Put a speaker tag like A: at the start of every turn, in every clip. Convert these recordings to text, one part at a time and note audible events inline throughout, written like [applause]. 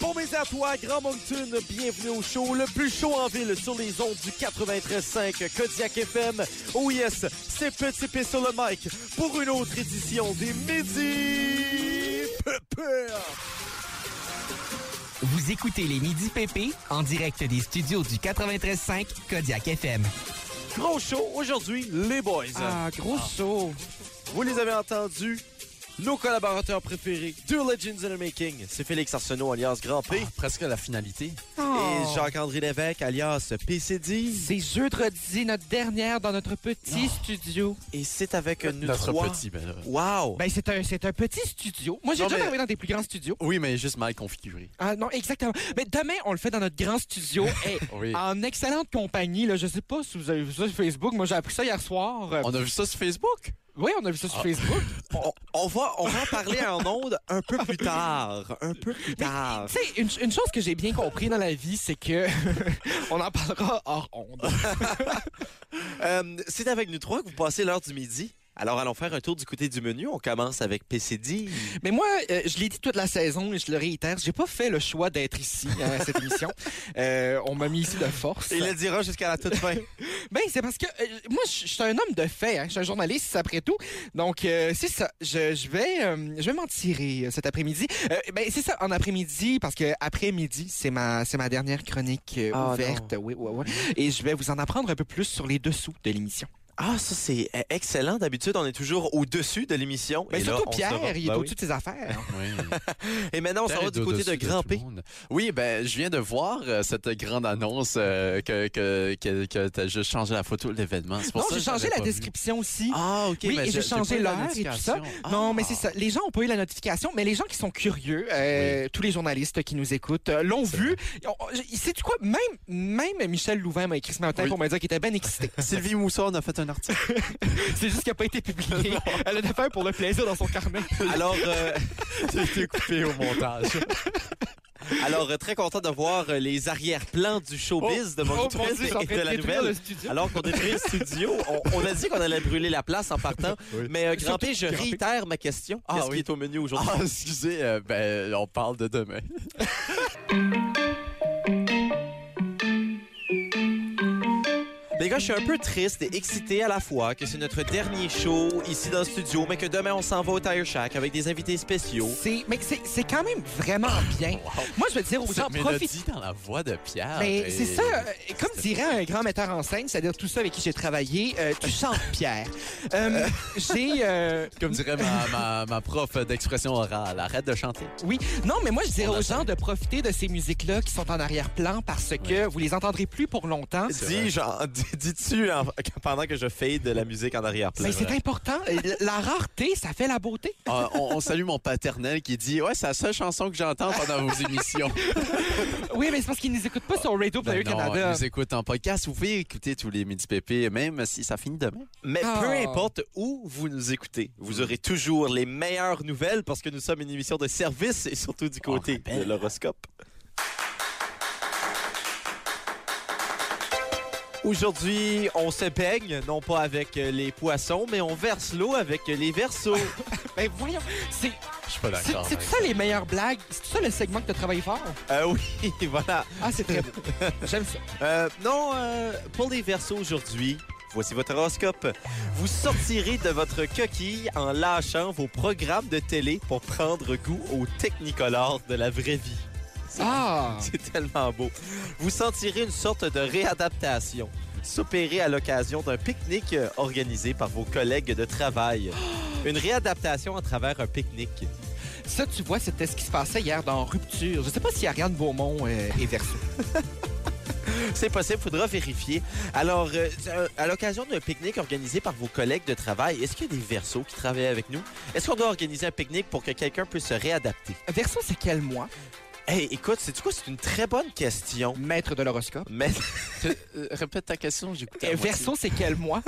A: Bon baiser à toi, Grand Moncton. Bienvenue au show, le plus chaud en ville sur les ondes du 93.5 Kodiak FM. Oh yes, c'est Petit P sur le mic pour une autre édition des Midi Pépé.
B: Vous écoutez les Midi PP en direct des studios du 93.5 Kodiak FM.
A: Gros show aujourd'hui, les boys.
C: Ah, gros saut.
A: Vous les avez entendus, nos collaborateurs préférés, Two Legends in the Making. C'est Félix Arsenault, alias Grand P.
D: Presque la finalité.
C: Oh.
A: Et Jacques-André Lévesque, alias PCD.
C: Ah. C'est jeudi, notre dernière dans notre petit studio.
A: Et c'est avec nous
D: Notre
A: trois.
D: petit, ben là.
A: Wow!
C: Ben, c'est un, c'est un petit studio. Moi, j'ai
D: Non,
C: déjà
D: mais-
C: travaillé dans des plus grands studios.
D: Oui, mais juste mal configuré.
C: Ah non, exactement. Mais demain, on le fait dans notre grand [laughs] studio. et
D: Oui.
C: en excellente compagnie, là, je sais pas si vous avez vu ça sur Facebook. Moi, j'ai appris ça hier soir. Euh,
D: On a vu ça sur Facebook?
C: Oui, on a vu ça sur Facebook.
A: On, on va, on va en parler en ondes un peu plus tard. Un peu plus tard.
C: Tu sais, une, une chose que j'ai bien compris dans la vie, c'est que [laughs] on en parlera hors onde.
A: Euh, c'est avec nous trois que vous passez l'heure du midi. Alors, allons faire un tour du côté du menu. On commence avec PCD.
C: Mais moi, euh, je l'ai dit toute la saison et je le réitère, j'ai pas fait le choix d'être ici hein,
A: [laughs]
C: à cette émission. Euh, on m'a mis ici de force.
A: Il le dira jusqu'à la toute fin.
C: Ben, c'est parce que euh, moi, je je suis un homme de fait. hein. Je suis un journaliste, après tout. Donc, euh, c'est ça. Je, je vais, euh, je vais m'en tirer euh, cet après-midi. Euh, ben, c'est ça, en après-midi, parce que après-midi, c'est ma, c'est ma dernière chronique euh,
A: Ah,
C: ouverte. Oui, oui, oui. Et je vais vous en apprendre un peu plus sur les dessous de l'émission.
A: [laughs] Ah, ça, c'est euh, excellent. D'habitude, on est toujours au-dessus de l'émission.
C: Ben,
A: Et là,
C: surtout
A: on
C: Pierre,
A: saura-
C: il est
A: Ben oui.
C: au-dessus de ses affaires.
D: Ah, [laughs] Oui.
A: Et maintenant, on s'en va du côté de Grand P.
D: Oui, ben, je viens de voir euh, cette grande annonce euh, que, que, que, que t'as juste changé la photo de l'événement. C'est pour
C: non,
D: ça
C: j'ai
D: que
C: changé
D: j'avais
C: la
D: pas vu.
C: description aussi.
D: Ah, OK.
C: Oui,
D: ben,
C: et j'ai changé
D: pas eu la
C: l'heure et tout ça.
D: notification. Ah.
C: Non, mais c'est ça. Les gens n'ont pas eu la notification, mais les gens qui sont curieux, euh, tous les journalistes qui nous écoutent, euh, l'ont vu. C'est du quoi? Même, même Michel Louvain m'a écrit ce matin
D: Oui.
C: pour me dire qu'il était bien excité.
D: [laughs] Sylvie Mousson a fait un article.
C: [laughs] C'est juste qu'il n'a pas été
D: [laughs]
C: publié. Elle a fait pour le plaisir dans son carnet.
A: [laughs] Alors, euh,
D: J'ai été coupé au montage.
A: [laughs] alors euh, très content de voir euh, les arrière-plans du showbiz de
C: Oh
A: Moncton
C: mon Dieu, je suis en
A: et
C: train
A: de la
C: détruire
A: nouvelle.
C: le
A: [laughs]
C: studio.
A: Alors qu'on détruit le studio, on, on a dit qu'on allait brûler la place en [laughs] partant.
D: Oui.
A: Mais euh, Grand P, je
C: Grand P.
A: réitère ma question.
D: Ah
A: Qu'est-ce
D: oui.
A: qui est au menu aujourd'hui?
D: Ah, [laughs] excusez, euh, ben, on parle de demain.
A: Les gars, je suis un peu triste et excité à la fois que c'est notre dernier show ici dans le studio, mais que demain, on s'en va au Tire Shack avec des invités spéciaux.
C: C'est, mais c'est, c'est quand même vraiment bien. Moi, je veux dire aux gens,
D: Ah, Cette
C: profitez.
D: mélodie ah, dans la voix de Pierre.
C: Mais
D: et-
C: c'est ça, euh, comme dirait un grand metteur en scène, c'est-à-dire tout ça avec qui j'ai travaillé, euh, tu chantes
D: [laughs]
C: Pierre. Euh, j'ai euh,
D: Comme dirait ma, ma, ma prof d'expression orale, arrête de chanter.
C: Oui. Non, mais moi, je dirais
D: On
C: aux
D: attend.
C: gens de profiter de ces musiques-là qui sont en arrière-plan parce que vous les entendrez plus pour longtemps.
D: C'est
A: Dis,
D: vrai.
A: genre, [laughs] dis-tu en- pendant que je fade de la musique en arrière-plan?
C: Mais c'est important. Euh, la- La rareté, ça fait la beauté.
D: Ah, on, on salue mon paternel qui dit Ouais, c'est la seule chanson que j'entends pendant
C: [laughs]
D: vos émissions.
C: Oui, mais c'est parce qu'ils ne nous écoutent pas sur Radio Player
D: Ben non,
C: Canada.
D: nous écoute en podcast. Vous pouvez écouter tous les midi pépé, même si ça finit demain.
A: Mais
C: Ah.
A: peu importe où vous nous écoutez, vous aurez toujours les meilleures nouvelles parce que nous sommes une émission de service et surtout du côté
D: rappelle.
A: de l'horoscope. Aujourd'hui, on se baigne, non pas avec euh, les poissons, mais on verse l'eau avec euh, les versos.
C: Ben voyons, c'est
D: Je suis pas
C: c'est-
D: d'accord.
C: c'est
D: avec
C: Ah, ben ça les meilleures blagues. C'est ça le segment que tu as travaillé fort.
A: Euh, oui, [laughs] voilà.
C: Ah, c'est [laughs] très beau. J'aime ça.
A: Euh, non, euh, pour les versos aujourd'hui, voici votre horoscope. Vous sortirez de votre coquille en lâchant vos programmes de télé pour prendre goût au technicolore de la vraie vie.
C: Ah.
A: [laughs] C'est tellement beau. Vous sentirez une sorte de réadaptation, s'opérer à l'occasion d'un pique-nique euh, organisé par vos collègues de travail. Une réadaptation à travers un pique-nique.
C: Ça, tu vois, c'était ce qui se passait hier dans Rupture. Je sais pas si Ariane Beaumont euh, est verso.
A: C'est possible, faudra vérifier. Alors, euh, euh, à l'occasion d'un pique-nique organisé par vos collègues de travail, est-ce qu'il y a des versos qui travaillent avec nous? Est-ce qu'on doit organiser un pique-nique pour que quelqu'un puisse se réadapter?
C: Verso, c'est quel mois?
A: Hey, écoute, c'est du coup, c'est une très bonne question.
C: Maître de l'horoscope.
A: Mais [laughs]
D: ça. Euh, Répète ta question, j'écoute.
C: Euh,
D: [laughs]
C: Verso, c'est quel mois?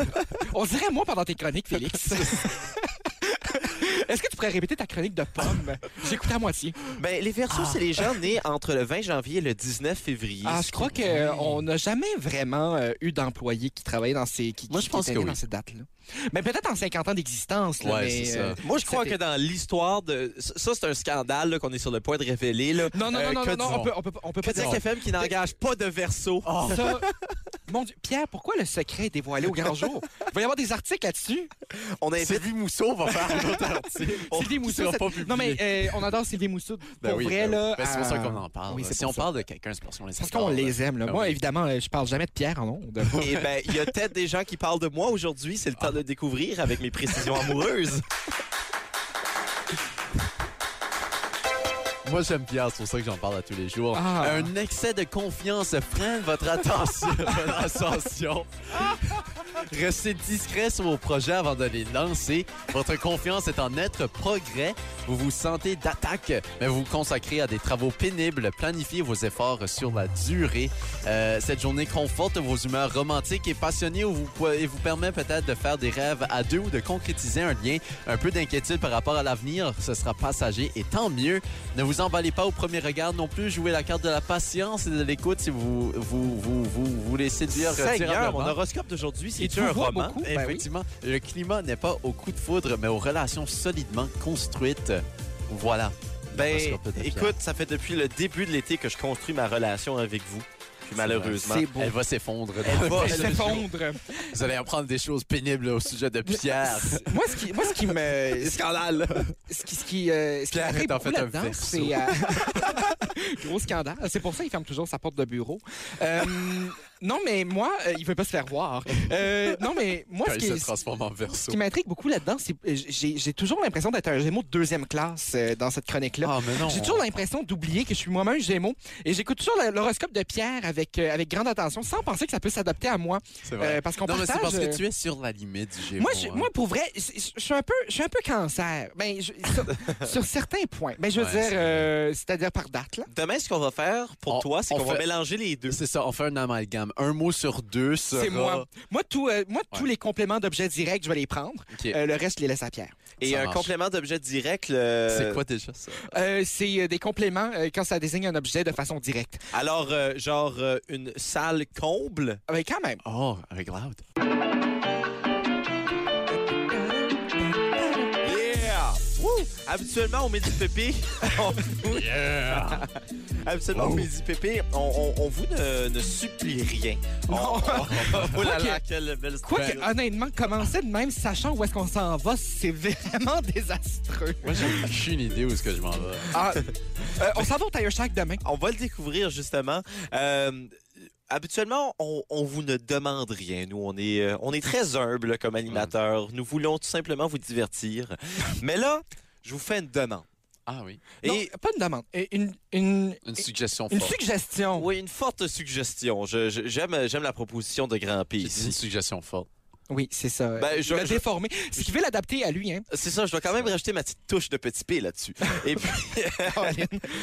C: On dirait moi pendant tes chroniques, Félix. [laughs] Est-ce que tu pourrais répéter ta chronique de
D: [laughs]
C: pommes? J'écoute à moitié.
A: Ben, les Verseaux, c'est les gens nés entre le 20 janvier et le 19 février.
C: Ah, je crois qu'on n'a jamais vraiment euh, eu d'employés qui travaillaient dans ces, qui,
D: Moi,
C: qui-
D: je
C: qui
D: pense
C: étaient
D: que
C: nés
D: oui.
C: dans ces dates-là. Mais peut-être en 50 ans d'existence. là,
D: Ouais,
C: mais,
D: c'est ça.
C: euh,
A: Moi, je crois que
C: c'était-
A: dans l'histoire de. Ça, c'est un scandale là, qu'on est sur le point de révéler. Là.
C: Non, non,
A: Euh,
C: non, non,
A: que
C: non, non,
A: disons?
C: on peut, on peut, on peut pas Ah, dire
A: Kodiak FM qui n'engage pas de verso.
D: [laughs]
C: ça. Mon Dieu, Pierre, pourquoi le secret est dévoilé au grand jour? Il va y avoir des articles là-dessus.
A: On
C: [laughs]
A: invite.
D: Sylvie Mousseau va faire un autre article.
C: Sylvie Mousseau,
D: sera
C: ça-
D: pas publié.
C: Non, mais euh, on adore Sylvie Mousseau.
D: Ben
C: pour
D: oui,
C: vrai,
D: ben oui.
C: là.
D: Ben, c'est pour ça
C: euh,
D: qu'on en parle.
C: oui,
D: là.
C: c'est
D: si
C: pour
D: on
C: ça.
D: parle de quelqu'un, c'est parce qu'on les
C: Parce qu'on les aime, là.
D: Ben
C: Moi,
D: oui.
C: évidemment, euh, je parle jamais de Pierre en
D: [laughs]
C: ondes.
A: Eh ben, il y a peut-être des gens qui parlent de moi aujourd'hui. C'est le temps de le découvrir avec mes précisions amoureuses.
D: Moi, j'aime Pierre, c'est pour ça que j'en parle à tous les jours.
C: Ah.
D: Un excès de confiance freine votre attention. [laughs] votre ascension. [laughs] Restez discret sur vos projets avant de les lancer. Votre confiance est en net progrès. Vous vous sentez d'attaque, mais vous vous consacrez à des travaux pénibles. Planifiez vos efforts sur la durée. Euh, cette journée conforte vos humeurs romantiques et passionnées où vous po- et vous permet peut-être de faire des rêves à deux ou de concrétiser un lien. Un peu d'inquiétude par rapport à l'avenir, ce sera passager et tant mieux. Ne vous emballez pas au premier regard non plus. Jouez la carte de la patience et de l'écoute si vous vous, vous, vous, vous laissez dire
A: Seigneur, mon
D: durablement.
A: horoscope d'aujourd'hui, c'est
C: tu
A: un
C: vois
A: roman. eh
C: beaucoup? Ben oui.
D: Effectivement, le climat n'est pas au coup de foudre, mais aux relations solidement construites. Voilà.
A: Ben,
D: Parce qu'on peut être
A: écoute, ça fait depuis le début de l'été que je construis ma relation avec vous. Puis malheureusement,
C: C'est beau.
D: Elle va s'effondre.
A: Elle va-
C: Elle s'effondre.
D: Vous allez apprendre des choses pénibles au sujet de Pierre.
C: [laughs] Moi, ce qui, moi, ce qui me.
D: Scandale.
C: Ce qui, ce qui, euh, ce qui
D: Claire
C: m'arrive
D: est en
C: beaucoup
D: fait un
C: là-dedans,
D: verso.
C: c'est. euh, [laughs] Gros scandale. C'est pour ça qu'il ferme toujours sa porte de bureau. Euh, non, mais moi, euh, il veut pas se faire voir. Euh, non, mais moi,
D: Quand
C: ce
D: il
C: qui,
D: se
C: est-
D: transforme en verso.
C: ce qui m'intrigue beaucoup là-dedans, c'est euh, j'ai j'ai toujours l'impression d'être un Gémeaux de deuxième classe euh, dans cette chronique-là.
D: Ah, mais non.
C: J'ai toujours l'impression d'oublier que je suis moi-même Gémeaux et j'écoute toujours le- l'horoscope de Pierre avec, euh, avec grande attention sans penser que ça peut s'adapter à moi
D: C'est
C: Euh,
D: vrai.
C: parce qu'on
D: non, mais
C: partage
D: c'est parce
C: euh,
D: que tu es sur la limite du Gémeaux.
C: moi, je-
D: hein.
C: moi, pour vrai, je je- je suis un peu, je suis un peu cancer. Ben, je-
D: [laughs]
C: sur, sur certains points. Ben, je veux
D: Ouais,
C: dire,
D: c'est-
C: euh, c'est-à-dire par date là.
A: demain, ce qu'on va faire pour
D: On-
A: toi, c'est
D: on
A: qu'on va
D: fait-
A: mélanger les deux.
D: C'est ça, on fait un amalgame. Un mot sur deux sera...
C: C'est moi. Moi, tout, euh, moi, tous
D: Ouais.
C: les compléments d'objets directs, je vais les prendre.
D: OK.
C: Euh, le reste, je les laisse à Pierre.
A: Et
D: Ça
A: un
D: marche.
A: complément d'objet direct. le-
D: C'est quoi déjà ça?
C: Euh, c'est euh, des compléments euh, quand ça désigne un objet de façon directe.
A: Alors, euh, genre, euh, une salle comble.
C: Ah, Ben, quand même.
D: Oh, regarde.
A: Yeah! Woo! Habituellement, on met du pépé. [laughs] On- Habituellement,
D: Oh.
A: on met du pépé. On, on- on vous ne, ne supplie rien. On-
D: [laughs]
A: on- oh là là, quelle belle
C: Quoi
D: Ben,
A: structure.
C: que, honnêtement, commencer de même, sachant où est-ce qu'on s'en va, c'est vraiment [laughs] désastreux.
D: Moi, j'ai aucune idée où est-ce que je m'en vais.
C: Ah, euh, on s'en va au Tire Shack demain.
A: On va le découvrir, justement. Euh, habituellement, on, on vous ne demande rien. Nous, on est, euh, on est très humbles comme animateurs. Nous voulons tout simplement vous divertir. Mais là, je vous fais une demande.
D: Ah oui.
C: Et
A: Et
C: pas une demande, euh, une, une,
D: Une suggestion
C: une
D: forte.
C: suggestion.
A: oui, une forte suggestion. Je- je- J'aime j'aime la proposition de Grand P
D: J'ai dit une
A: ici.
D: suggestion forte.
C: Oui, c'est ça.
A: Ben, je-
C: le
A: je-
C: déformer. Ce qui veut l'adapter à lui, hein.
A: C'est ça, je dois quand même rajouter ma petite touche de petit P là-dessus. Et puis,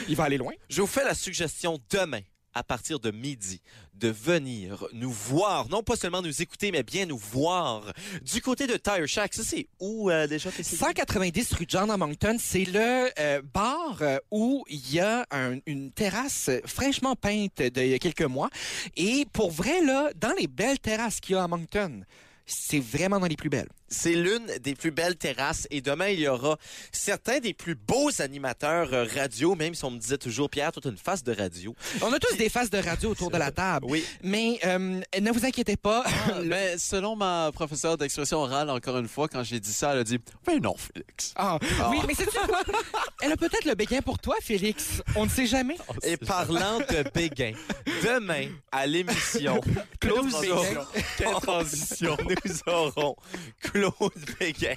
C: Il va aller loin.
A: je vous fais la suggestion demain, à partir de midi, de venir nous voir, non pas seulement nous écouter, mais bien nous voir du côté de Tire Shack. Ça, c'est où euh, déjà? t'es-
C: 190 rue John à Moncton, c'est le euh, bar euh, où il y a un- une terrasse fraîchement peinte d'il y a quelques mois. Et pour vrai, là, dans les belles terrasses qu'il y a à Moncton, c'est vraiment dans les plus belles.
A: C'est l'une des plus belles terrasses et demain, il y aura certains des plus beaux animateurs euh, radio, même si on me disait toujours, Pierre, toute une face de radio.
C: On a tous des faces de radio autour de la table.
A: Oui.
C: Mais euh, ne vous inquiétez pas. [laughs]
D: Ah, Mais selon ma professeure d'expression orale, encore une fois, quand j'ai dit ça, elle a dit Ben non, Félix.
C: Ah, oui, mais c'est quoi? Elle a peut-être le béguin pour toi, Félix. On ne sait jamais.
D: Oh,
A: Et parlant de Béguin, demain, à l'émission, [laughs] Claude
D: Quelle
A: Béguin,
D: transition. Quelle transition.
A: [laughs] nous aurons Claude Béguin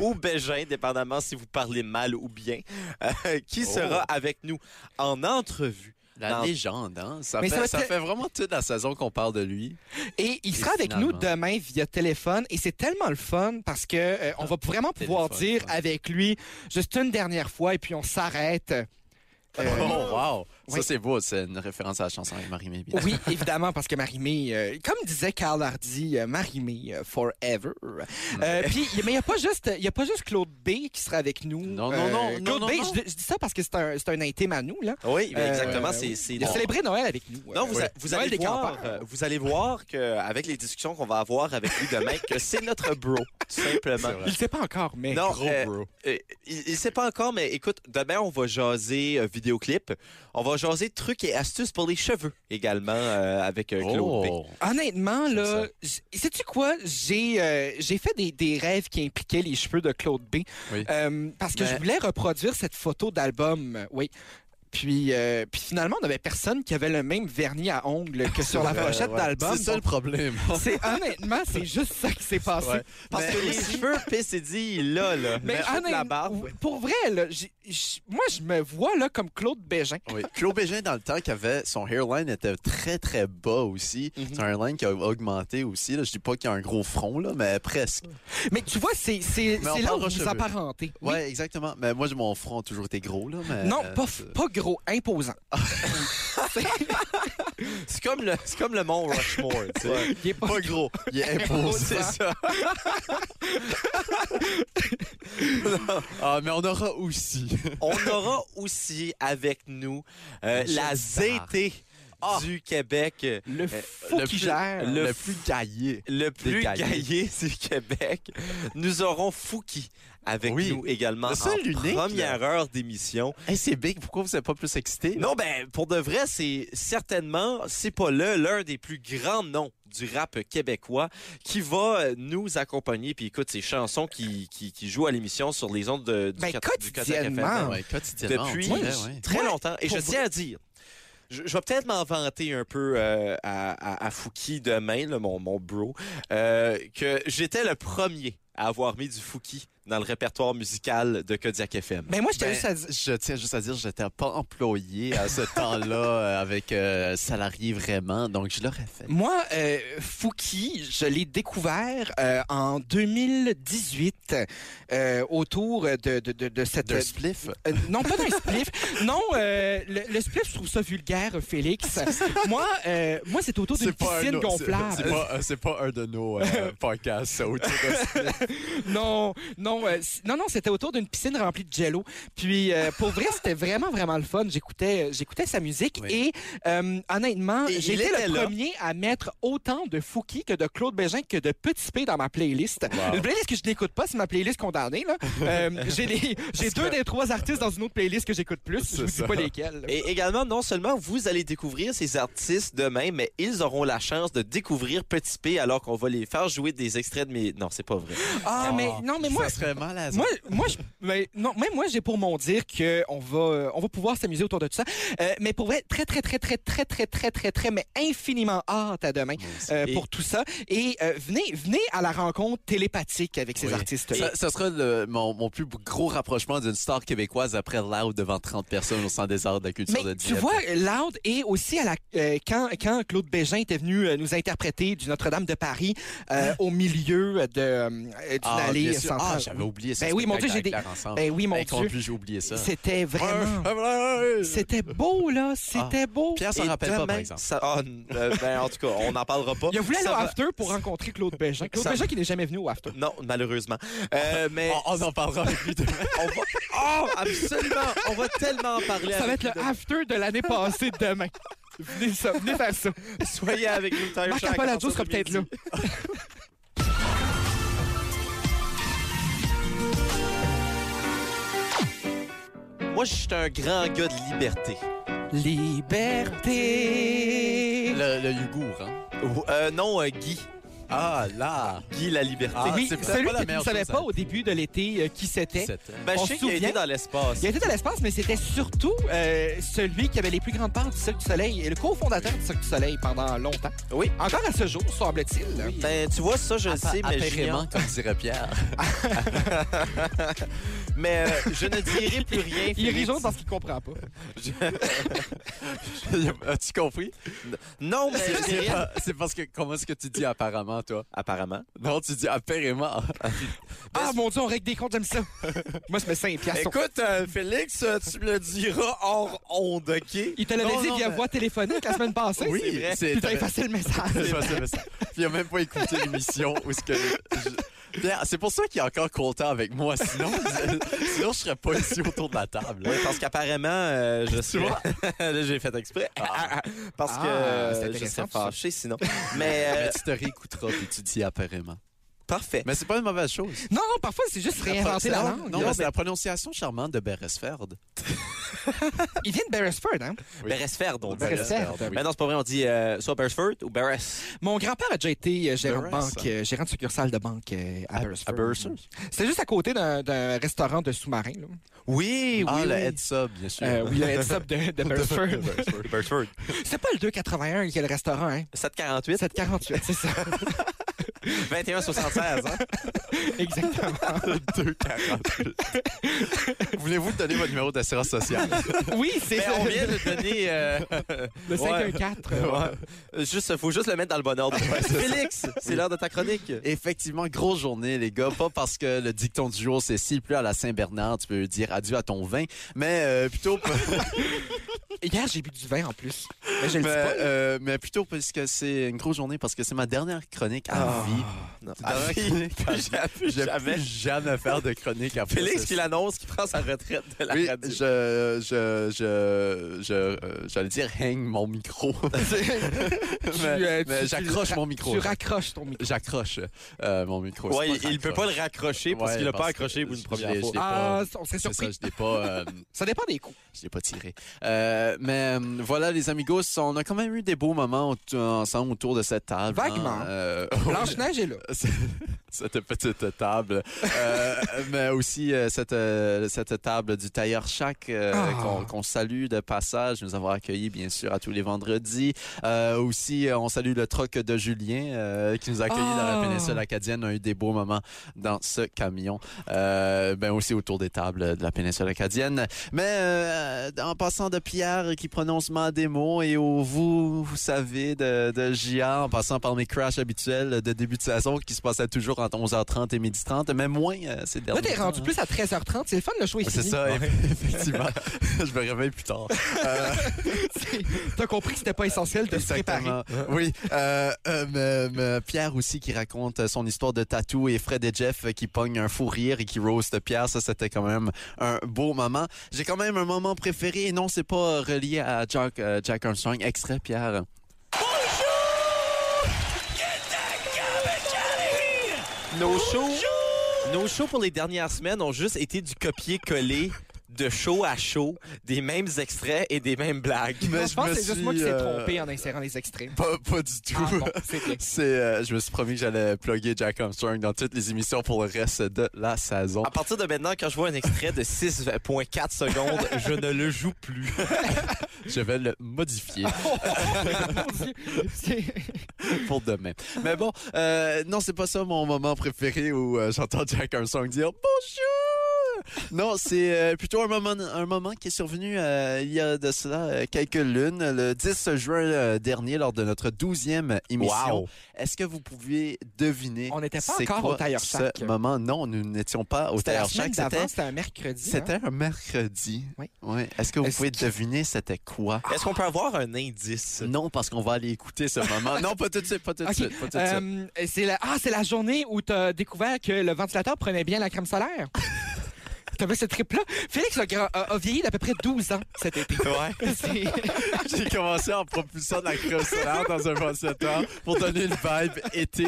A: ou Bégin, dépendamment si vous parlez mal ou bien, euh, qui sera avec nous en entrevue.
D: La
A: Non.
D: légende, hein? Ça,
C: Mais
D: fait,
C: ça
D: ça,
C: va être-
D: fait vraiment toute la saison qu'on parle de lui.
C: Et il sera
D: Et
C: avec nous
D: finalement.
C: demain via téléphone et c'est tellement le fun parce que euh, on va vraiment pouvoir
D: Téléphone,
C: dire
D: ouais. [laughs]
C: avec lui juste une dernière fois et puis on s'arrête. Euh,
D: Oh, wow!
C: Oui.
D: Ça, c'est beau. C'est une référence à la chanson avec Marie-Mé. bien
C: Oui, évidemment, parce que Marimé, euh, comme disait Carl Hardy, euh, Marimé euh, forever. Euh, puis, y- mais il n'y a, pas juste- y a pas juste Claude B qui sera avec nous. euh,
D: Non, non, non, non,
C: Claude
D: non,
C: B,
D: non.
C: Je, je dis ça parce que c'est un, c'est un intime à nous. Là.
A: Oui, ben,
C: Euh,
A: exactement.
C: ouais,
A: c'est-
C: ouais.
A: c'est
C: Il a
A: on-
C: célébré Noël avec nous.
A: Non, vous,
C: euh,
A: a- vous
C: Noël
A: allez
C: des
A: voir,
C: campeurs.
A: euh, vous allez voir qu'avec les discussions qu'on va avoir avec lui demain, que [laughs] c'est notre bro, tout simplement.
C: Il ne sait pas encore, mais.
A: Non,
D: Eh,
A: euh, euh, il, il sait pas encore, mais écoute, demain, on va jaser euh, vidéoclip. On va jaser trucs et astuces pour les cheveux également euh, avec euh, Claude B.
D: Oh.
C: Honnêtement,
D: J'aime
C: là, j- sais-tu quoi? J'ai euh, j'ai fait des, des rêves qui impliquaient les cheveux de Claude B.
D: Oui. Ben
C: Euh, parce que
D: Mais-
C: je voulais reproduire cette photo d'album, euh, oui. Puis, euh, puis finalement, on n'avait personne qui avait le même vernis à ongles que sur la
D: Euh,
C: pochette
D: [laughs] ouais.
C: d'album.
D: C'est ça le problème.
C: Donc, c'est- honnêtement, c'est juste ça qui s'est passé.
D: Ouais.
A: Parce que les cheveux, PCD, là,
D: Ben,
A: là.
C: Mais,
A: toute
C: honnêtement,
A: la barbe.
C: pour vrai, là, j'ai- j'- moi, je me vois là comme Claude Bégin.
D: [laughs] Oui. Claude Bégin, dans le temps, qui avait son hairline était très, très bas aussi. C'est un hairline qui a augmenté aussi. Là. Je dis pas qu'il y a un gros front, là, mais presque.
C: Mais tu vois, c'est c'est-
D: Mais on
C: c'est là où
D: parlera
C: vous
D: cheveux.
C: apparentez.
D: Ouais, exactement. Mais moi, j'ai- mon front a toujours été gros. Là, mais,
C: Non,
D: euh,
C: pas,
D: c'est-
C: pas gros, imposant.
A: C'est comme, le- c'est comme le mont Rushmore, tu sais.
C: Il est pas
D: Pas gros. [laughs] Il est imposé.
A: C'est ça.
D: [laughs] Ah, mais on aura aussi.
A: On aura aussi avec nous euh,
D: Jeune
A: la
D: star.
A: ZT
D: Ah.
A: du Québec.
C: Euh, Le fou
D: le
C: qui
D: plus-
C: gère.
A: Le
D: Le plus gaillé.
A: Le plus
D: gaillés.
A: gaillé du Québec. Nous aurons Fouki avec
D: Oui.
A: nous également
D: Le seul,
A: en
D: l'unique,
A: première heure d'émission.
D: Hey, c'est big. Pourquoi vous n'êtes pas plus excité? là?
A: Non, ben, pour de vrai, c'est certainement, c'est pas le, l'un des plus grands noms du rap québécois qui va euh, nous accompagner. Puis écoute, ces chansons qui, qui, qui jouent à l'émission sur les ondes de, du,
C: Ben,
A: Cat- du Kodak FM.
C: quotidiennement.
D: Ouais, quotidiennement. on
A: depuis
D: dirait, ouais.
A: très longtemps. Et je
C: pour
A: tiens à dire, je, je vais peut-être m'en vanter un peu euh, à, à, à Fouki demain, là, mon, mon bro, euh, que j'étais le premier à avoir mis du Fouki dans le répertoire musical de Kodiak FM.
C: Mais moi, je
D: Ben,
C: juste à dire.
D: Je tiens juste à dire, j'étais pas employé à [laughs] ce temps-là euh, avec euh, salarié vraiment, donc je l'aurais fait.
C: Moi, euh, Fouki, je l'ai découvert euh, en 2018 euh, autour de, de, de, de cette...
D: D'un spliff.
C: Euh, non, pas d'un spliff. Non, euh, le, le spliff, je trouve ça vulgaire,
D: [laughs]
C: Félix. moi, euh, moi c'est autour d'une piscine gonflable.
D: C'est pas un de nos euh,
C: [laughs]
D: podcasts,
C: Non, non, euh, c- non, non, c'était autour d'une piscine remplie de jello. Puis euh, pour vrai, c'était vraiment, vraiment le fun. J'écoutais, euh, j'écoutais sa musique
D: Oui.
C: et euh, honnêtement,
A: Et
C: j'ai
A: il
C: été
A: était
C: le
A: là.
C: premier à mettre autant de Fouki que de Claude Bégin que de Petit P dans ma playlist.
D: Wow.
C: Une playlist que je n'écoute pas, c'est ma playlist condamnée. Là. Euh, j'ai les- j'ai deux des trois artistes dans une autre playlist que j'écoute plus. Je
D: C'est
C: vous dis
D: ça.
C: pas lesquels.
A: Et également, non seulement vous allez découvrir ces artistes demain, mais ils auront la chance de découvrir Petit P alors qu'on va les faire jouer des extraits de mes... Non, c'est pas vrai.
C: ah, mais non, mais moi,
D: Ça serait mal à
C: Moi, moi, je, mais non, même moi, j'ai pour mon dire que on va, euh, on va pouvoir s'amuser autour de tout ça. Euh, mais pour vrai, très, très, très, très, très, très, très, très, très, mais infiniment hâte à demain euh,
A: Et-
C: pour tout ça. Et euh, venez, venez à la rencontre télépathique avec ces
D: Oui.
C: artistes-là.
D: Ça, ça sera le- mon, mon plus gros rapprochement d'une star québécoise après Loud devant 30 personnes au Centre des arts de la culture de
C: Mais tu
D: Dieppe.
C: vois, Loud et aussi à la, euh, quand, quand Claude Bégin était venu euh, nous interpréter du Notre-Dame de Paris euh, au milieu de, euh, d'une
D: Hein? ah,
C: allée
D: bien sûr.
C: centrale.
D: Ah, j'avais oublié ça.
C: Ben oui, mon Dieu, j'ai des- Ben oui, mon Dieu.
D: j'ai oublié ça. Ah.
C: C'était vraiment... C'était beau, là. C'était beau.
D: Pierre s'en
A: Et
D: rappelle pas,
A: demain,
D: par exemple.
A: ça- ah, n- euh, ben, en tout cas, on n'en parlera pas.
C: Il a voulu aller
A: Oh, Ça
C: au
A: va-
C: after pour rencontrer Claude Bégin. Claude
A: Ça-
C: Bégin qui n'est jamais venu au after.
A: Non, malheureusement. Euh, mais
C: Oh.
D: On, on en parlera avec lui demain.
A: on va... Oh, absolument! On va tellement en parler
C: Ça va
A: avec
C: être le
A: lui demain.
C: after de l'année passée demain. Venez, ça, venez faire ça.
A: Soyez avec nous, Tire
C: Marc
A: Shack, à
C: Apollo
A: partir
C: sera
A: de
C: peut-être
A: midi.
C: là.
A: Moi, je suis un grand gars de liberté.
C: Liberté.
D: Le, le Yugour, hein?
A: Ou- euh, non, euh, Guy.
D: Ah là!
A: Guy la liberté.
D: Ah,
C: oui,
D: c'est peut-être
C: celui
D: pas la
C: qui ne
D: meilleure
C: savait
D: chose hein. à
C: pas
D: dire.
C: au début de l'été euh, qui c'était.
D: C'était-
A: Ben,
C: on
A: je
C: se
A: sais qu'il a
C: souvient.
A: été dans l'espace.
C: Il était dans l'espace, mais c'était surtout euh, celui qui avait les plus grandes parts du Cirque du Soleil et le cofondateur du Cirque du Soleil pendant longtemps.
A: Oui.
C: Encore à ce jour, semble-t-il.
A: Ben, tu vois, ça, je le sais, mais je
D: Apparemment,
A: l'ignore.
D: comme dirait Pierre. [laughs]
A: Mais euh, je ne dirai plus
C: [laughs]
A: rien.
C: Il est
A: Félix.
C: raison parce qu'il comprend pas.
D: As-tu compris?
A: Non, mais je
D: C'est
A: dirais-
D: pas- c'est parce que, comment est-ce que tu dis apparemment? apparemment, toi.
A: apparemment.
D: Non, tu dis apparemment.
C: Ah mon dieu, on règle des comptes, j'aime ça. Moi, je mets 5 piastres.
A: Écoute, euh, Félix, euh, tu me le diras hors onde, OK?
C: Il te l'avait
D: Non,
C: dit
D: non,
C: via
D: mais-
C: voix téléphonique la semaine passée.
D: Oui, c'est
C: Puis t'as
D: vrai.
C: effacé le
D: C'est
C: message.
D: pas ça, mais ça. Puis il a même pas écouté l'émission où ce que. je- Pierre, c'est pour ça qu'il est encore content avec moi, sinon, [laughs] sinon je serais pas ici autour de la table.
A: Oui, parce qu'apparemment, euh, je
D: Tu
A: suis.
D: vois?
A: Là, j'ai fait exprès. [laughs] Parce
C: Ah,
A: que euh,
C: c'est
A: je
C: intéressant,
A: serais
C: ça.
A: fâché sinon. Mais euh,
D: [laughs] Mais tu te réécouteras et tu dis apparemment.
A: parfait.
D: Mais c'est pas une mauvaise chose.
C: Non, parfois, c'est juste réinventer la langue. ben-
D: Non, mais c'est la prononciation charmante de Beresford.
C: Il vient de Beresford, hein?
D: Oui. Ben, euh,
A: Beresford, on dit.
C: Beresford.
D: oui.
A: Mais non, c'est pas vrai, on dit euh, soit Beresford ou Beres.
C: Mon grand-père a déjà été euh, gérant de
D: Beres.
C: banque, euh, gérant de succursale de banque euh, à Beresford.
D: À Beresford.
C: C'était juste à côté d'un- d'un restaurant de sous-marin, là.
A: Oui,
D: Ah, la Head Sub, bien sûr.
C: Euh, oui, le heads up de,
D: [laughs]
C: de Beresford.
A: Beresford.
C: C'est pas le 281 qui est le restaurant, hein?
A: 748,
C: 748, c'est ça.
A: 2176. Hein?
C: [laughs] Exactement.
D: [laughs] 2,48. [laughs] Voulez-vous donner votre numéro d'assurance sociale?
C: Oui, c'est
A: Mais
C: ça.
A: on vient de donner.
C: [laughs]
A: euh,
C: Le
A: Ouais.
C: 514.
A: ouais. Juste, faut juste le mettre dans le bon ordre. Félix, c'est l'heure de ta chronique.
D: Effectivement, grosse journée, les gars. Pas parce que le dicton du jour, c'est s'il pleut à la Saint-Bernard, tu peux dire adieu à ton vin, mais euh, plutôt, p-
C: Hier, j'ai bu du vin en plus. Mais je le
D: mais,
C: dis pas.
D: euh, mais plutôt parce que c'est une grosse journée, parce que c'est ma dernière chronique à
A: Ah.
D: vie.
A: Non.
D: Ah, oui.
A: [laughs] Jamais,
D: Je ne
A: jamais.
D: plus jamais faire de chronique
A: [laughs]
D: après
A: Félix
D: ceci.
A: qui l'annonce, qui prend sa retraite de la
D: Oui,
A: radio.
D: je, je, je, je, euh, j'allais dire hang mon
C: [laughs]
D: micro. [laughs]
C: Tu,
D: mais-
C: euh, tu-
D: mais
C: tu-
D: j'accroche
C: tu-
D: mon micro.
C: Tu raccroches ton micro.
D: J'accroche euh, mon micro.
A: Ouais,
D: C'est
A: il il peut pas
D: raccroche.
A: le raccrocher parce
D: Ouais,
A: qu'il l'a pas
D: parce
A: accroché
D: que
A: pour une
D: je
A: première
D: l'ai- je
A: fois.
D: l'ai
C: Ah,
D: pas-
C: on serait
D: C'est ça,
C: surpris.
D: je l'ai pas. euh,
C: Ça dépend des coups.
D: Je l'ai pas tiré. Euh, mais euh, voilà, les amigos, on a quand même eu des beaux moments aut- ensemble autour de cette table.
C: Vaguement.
D: Euh, [laughs]
C: Blanche-Neige est là.
D: cette petite table. Euh, mais aussi euh, cette, euh, cette table du tailleur Chac euh,
C: Ah.
D: qu'on- qu'on salue de passage. Nous avons accueilli, bien sûr, à tous les vendredis. Euh, aussi, euh, on salue le troc de Julien euh, qui nous a accueillis dans
C: Ah.
D: la péninsule acadienne. On a eu des beaux moments dans ce camion. Euh, ben aussi autour des tables de la péninsule acadienne. Mais euh, en passant de Pierre qui prononce ma démo et au vous, vous savez, de, de JR, en passant par mes crashs habituels de début de saison qui se passaient toujours entre 11h30 et 12h30, mais moins euh, ces
C: Là,
D: derniers
C: t'es
D: temps,
C: rendu
D: hein.
C: plus à 13h30. C'est le fun, le show est
D: C'est
C: fini.
D: ça, eff- effectivement. [laughs] Je me réveille plus tard. Euh,
C: T'as compris que c'était pas essentiel de se préparer.
D: Exactement. Oui. Euh, euh, me- me- Pierre aussi qui raconte son histoire de tatou et Fred et Jeff qui pognent un fou rire et qui roast Pierre. Ça, c'était quand même un beau moment. J'ai quand même un moment préféré et non, c'est pas relié à Jack, euh, Jack Armstrong. Extrait, Pierre. [laughs]
A: Nos shows, nos shows pour les dernières semaines ont juste été du copier-coller de show à show, des mêmes extraits et des mêmes blagues.
D: Mais
C: je pense que c'est
D: me
C: juste moi qui
D: suis,
C: s'est
D: euh,
C: trompé en insérant les
D: [laughs]
C: extraits.
D: Pas, pas du tout.
C: Ah, bon, c'est bien.
D: C'est, euh, je me suis promis que j'allais plugger Jack Armstrong dans toutes les émissions pour le reste de la saison.
C: Ah.
A: À partir de maintenant, quand je vois un extrait de 6.4 secondes, je ne le joue plus.
D: Je vais le modifier.
C: Mon Dieu. C'est-
D: pour demain. Mais bon, euh, non, c'est pas ça mon moment préféré où euh, j'entends Jack Armstrong dire bonjour. Non, c'est euh, plutôt un moment, un moment qui est survenu euh, il y a de cela euh, quelques lunes, le 10 juin euh, dernier, lors de notre 12e émission. Est-ce que vous pouvez deviner
C: On n'était pas
D: c'est
C: encore
D: quoi
C: au Tailleur Shack.
D: ce moment? Non, nous n'étions pas au
C: C'était la
D: Tailleur
C: semaine
D: Shack. C'était,
C: d'avant, c'était un mercredi. hein?
D: c'était un mercredi.
C: Oui.
D: Ouais. Est-ce que vous
C: Est-ce
D: pouvez
C: que- Ah,
D: deviner c'était quoi?
A: Est-ce qu'on peut avoir un indice?
D: Non, parce qu'on va aller écouter ce moment. Non, pas tout de suite, pas tout de
C: [laughs] Ok,
D: suite, pas tout de suite.
C: Euh, c'est la... Ah, c'est la journée où t'as découvert que le ventilateur prenait bien la crème solaire.
D: [laughs]
C: T'avais ce trip-là. Félix a, gra- a- a vieilli d'à peu près 12 ans cet
D: [laughs]
C: été.
D: Ouais.
C: C'est-
D: [laughs] J'ai commencé en propulsant de la crème solaire dans un ventilateur pour donner une vibe été.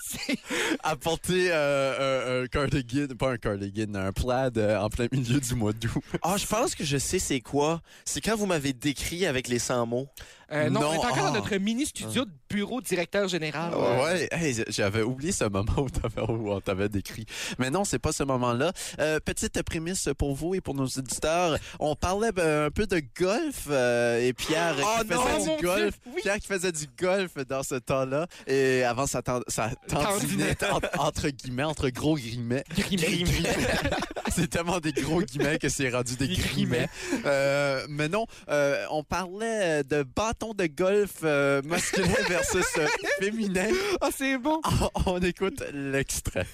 C: c'est-
D: À porter euh, un, un cardigan, pas un cardigan, un plaid euh, en plein milieu du mois d'août.
A: Ah, je pense que je sais c'est quoi. C'est quand vous m'avez décrit avec les 100 mots.
C: Euh, non,
D: Non,
C: on est encore dans
D: ah.
C: notre mini-studio de bureau de directeur général. euh,
D: Ouais, ouais. Hey, j'avais oublié ce moment où, t'avais- où on t'avait décrit. Mais non, c'est pas ce moment-là. Euh, petite prémisse pour vous et pour nos auditeurs. On parlait ben, un peu de golf euh, et Pierre qui
C: Oh non,
D: faisait
C: mon
D: du
C: Dieu,
D: golf.
C: oui.
D: Pierre qui faisait du golf dans ce temps-là. Et avant sa, tend- sa Tendinette, en- entre guillemets, entre gros guillemets. [laughs] c'est tellement des gros guillemets que c'est rendu des grimets. Euh, mais non, euh, on parlait de bâton de golf euh,
C: [laughs]
D: masculin versus euh, féminin.
C: Ah, c'est bon.
D: On- on écoute l'extrait.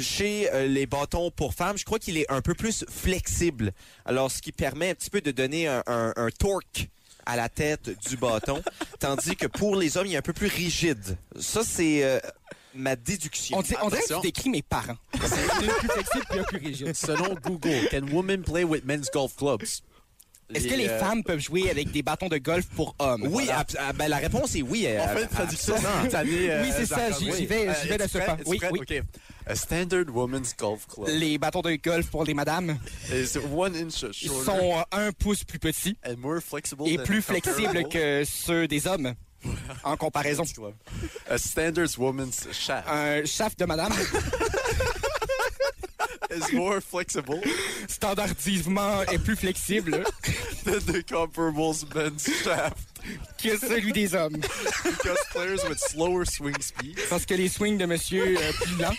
A: Chez euh, les bâtons pour femmes, je crois qu'il est un peu plus flexible. Alors, ce qui permet un petit peu de donner un, un- un torque à la tête du [laughs] bâton, tandis que pour les hommes, il est un peu plus rigide. Ça, c'est euh, ma déduction.
C: On, dit- on dirait que
D: Attention.
C: tu décris mes parents. [laughs] C'est plus flexible puis un plus rigide.
D: Selon Google, can women play with men's golf clubs?
C: Est-ce que les
D: euh,
C: femmes peuvent jouer avec des bâtons de golf pour hommes?
A: Oui,
C: Voilà.
A: ab- ah, ben, la réponse est oui. euh,
D: On fait une traduction simultanée. euh,
C: Oui, c'est ça,
D: Jean-Claude.
C: j'y-
D: Oui.
C: j'y vais-
D: Euh,
C: j'y vais de
D: êtes-vous
C: ce
D: prêt?
C: pas.
D: Êtes-vous
C: Oui,
D: prêt?
C: oui.
D: OK. A standard women's golf club
C: Les bâtons de golf pour les madames
D: is one inch
C: ils
D: shorter
C: sont euh, un pouce plus petits
D: and more flexible
C: et
D: than
C: plus
D: a comparable
C: flexibles que ceux des hommes. En comparaison,
D: A standard woman's shaft
C: un shaft de [laughs] madame,
D: is more flexible
C: standardisement, est plus flexible
D: than the comparable men's shaft
C: que celui des hommes.
D: because players with slower swing speeds
C: Parce que les swings de monsieur euh, plus lent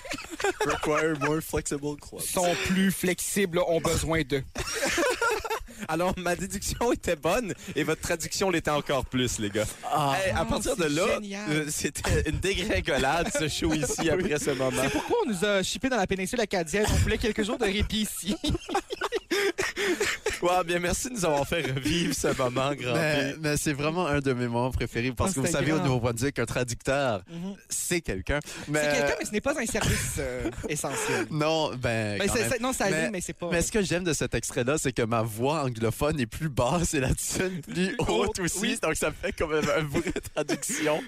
D: require more flexible clubs.
C: sont plus flexibles, ont besoin d'eux.
A: Alors, ma déduction était bonne et votre traduction l'était encore plus, les gars. Hey, à partir de
C: Ah. Oh, c'est
A: là,
C: génial.
A: euh, c'était une dégringolade, ce show [laughs] ici, après ce moment.
C: Pourquoi on nous a chippés dans la péninsule acadienne? On voulait quelques jours de répit [laughs] ici.
A: Wow, Ah, bien, merci de nous avoir fait revivre ce moment, grand
D: Mais,
A: P.
D: mais c'est vraiment un de mes moments préférés parce
C: Ah,
D: que vous
C: c'était
D: savez, au
C: grand.
D: Nouveau-Brunswick, un traducteur,
C: Mhm.
D: c'est quelqu'un. Mais
C: C'est quelqu'un, mais ce n'est pas un service
D: [laughs]
C: euh, essentiel.
D: non, ben.
C: Mais
D: quand
C: c'est-
D: même.
C: c'est- non, ça
D: Mais-
C: l'est, mais c'est pas...
D: [laughs] Mais ce que j'aime de cet extrait-là, c'est que ma voix anglophone est plus basse et la tienne plus haute aussi. Donc ça fait comme une une
A: [laughs]
D: vraie traduction.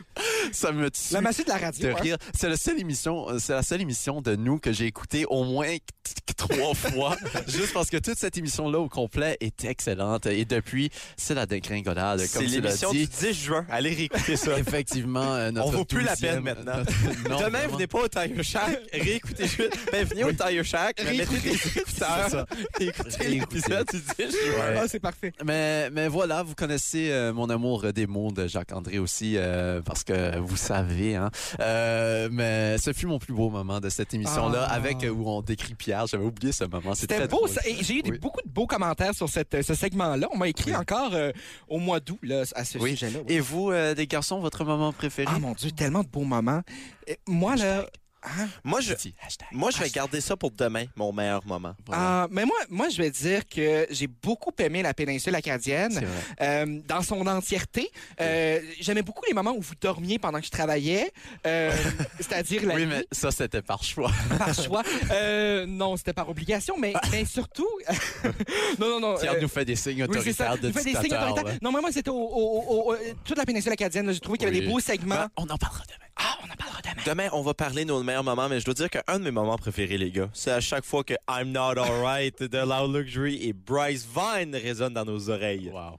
D: Ça me tue
C: La magie de la radio,
D: de
C: hein.
D: rire. C'est la seule émission, euh, c'est la seule émission de nous que j'ai écoutée au moins t- t-
A: [laughs]
D: trois fois, juste parce que toute cette émission-là au complet est excellente. Et depuis, c'est la dégringolade,
A: C'est
D: Ah, ben, comme tu l'as
A: l'émission du
D: dit.
A: 10 juin. Allez réécouter
D: [laughs]
A: ça.
D: Effectivement, euh, notre
A: On vaut plus la peine
D: 12e,
A: maintenant.
D: notre- non,
A: Demain,
D: vraiment.
A: venez pas au Tire Shack. [laughs] Réécoutez juste. Ben, venez au Tire Shack. mais Mettez des
D: C'est ça.
A: écouteurs. et Écoutez
D: Réécoutez.
A: l'épisode du 10 juin.
D: Ouais.
C: Ah, c'est parfait.
D: Mais, mais voilà, vous connaissez euh, mon amour des mots de Jacques-André aussi, euh, parce que vous savez. Hein? Euh, mais ce fut mon plus beau moment de cette émission-là,
C: Ah.
D: avec euh, où on décrit Pierre. J'avais oublié ce moment. C'est
C: C'était
D: très
C: beau.
D: drôle.
C: ça. Et J'ai eu des-
D: Oui.
C: beaucoup de beaux commentaires sur cette, euh, ce segment-là. On m'a écrit
D: Oui.
C: encore euh, au mois d'août là, à ce
D: Oui.
C: sujet-là. oui.
D: Et vous, euh, les garçons, votre moment préféré?
C: Ah mon Dieu, tellement de beaux moments. Et moi, là. hein?
A: Moi, je,
D: Petit hashtag.
A: moi, je vais garder ça pour demain, mon meilleur moment.
D: Voilà.
C: Ah, mais moi, moi, je vais dire que j'ai beaucoup aimé la péninsule
D: C'est
C: acadienne
D: vrai.
C: euh, dans son entièreté. Euh, J'aimais beaucoup les moments où vous dormiez pendant que je travaillais, euh, c'est-à-dire la
D: Oui,
C: nuit,
D: mais ça, c'était par choix. [laughs]
C: par choix. Euh, non, c'était par obligation, mais, mais surtout... [laughs] non, non, non.
D: Pierre
C: euh,
D: nous fait des signes
C: Oui, c'est ça.
D: autoritaires de
C: Il fait des signes
D: dictateur,
C: autoritaires.
D: ouais.
C: Non, moi, moi, c'était au, au- au- au- euh, toute la péninsule acadienne. là, J'ai trouvé qu'il y avait
D: Oui.
C: des beaux segments.
D: Ben, on en parlera demain.
C: Ah, on en parlera demain.
A: Demain, on va parler de nos meilleurs moments, mais je dois dire qu'un de mes moments préférés, les gars, c'est à chaque fois que I'm Not Alright de Loud Luxury et Bryce Vine résonnent dans nos oreilles.
D: Wow.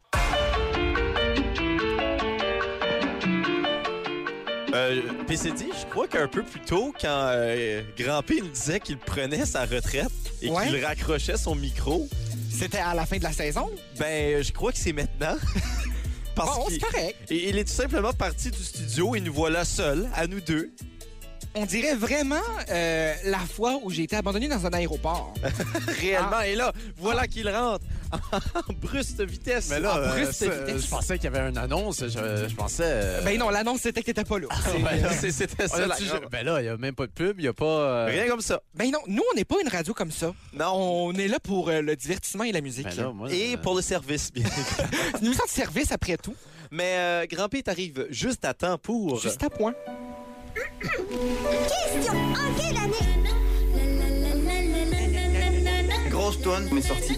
A: Euh, PCD, je crois qu'un peu plus tôt, quand euh, Grand P nous disait qu'il prenait sa retraite et
C: Ouais.
A: qu'il raccrochait son micro,
C: C'était à la fin de la saison.
A: ben, je crois que c'est maintenant. [laughs] Parce
C: Bon,
A: qu'il
C: c'est correct.
A: et il est tout simplement parti du studio et nous voilà seuls, à nous deux.
C: On dirait vraiment euh, la fois où j'ai été abandonné dans un aéroport.
A: Réellement, et là, voilà qu'il rentre [laughs] en brusque vitesse.
D: Mais là,
C: Ah,
D: euh,
C: brusque
D: ça,
C: vitesse.
D: je pensais qu'il y avait une annonce. Je, je pensais... euh,
C: ben non, l'annonce, c'était que t'étais pas là. C'est-
D: ouais. [laughs]
A: C'est- c'était
D: On
A: ça. la
D: a-tu
A: grande-
D: ju- Ben là, il n'y a même pas de pub, il n'y a pas. euh,
A: Ah, Rien comme ça.
C: Ben non, nous, on n'est pas une radio comme ça.
A: Non.
C: On est là pour euh, le divertissement et la musique.
D: Ben là, moi,
A: Et
D: euh,
A: pour le service, bien.
D: [laughs]
C: Une émission de service, après tout.
A: Mais euh, Grand P t'arrive juste à temps pour. euh,
C: Juste à point.
E: Question en quelle année
F: Grosse toune, mais sortie.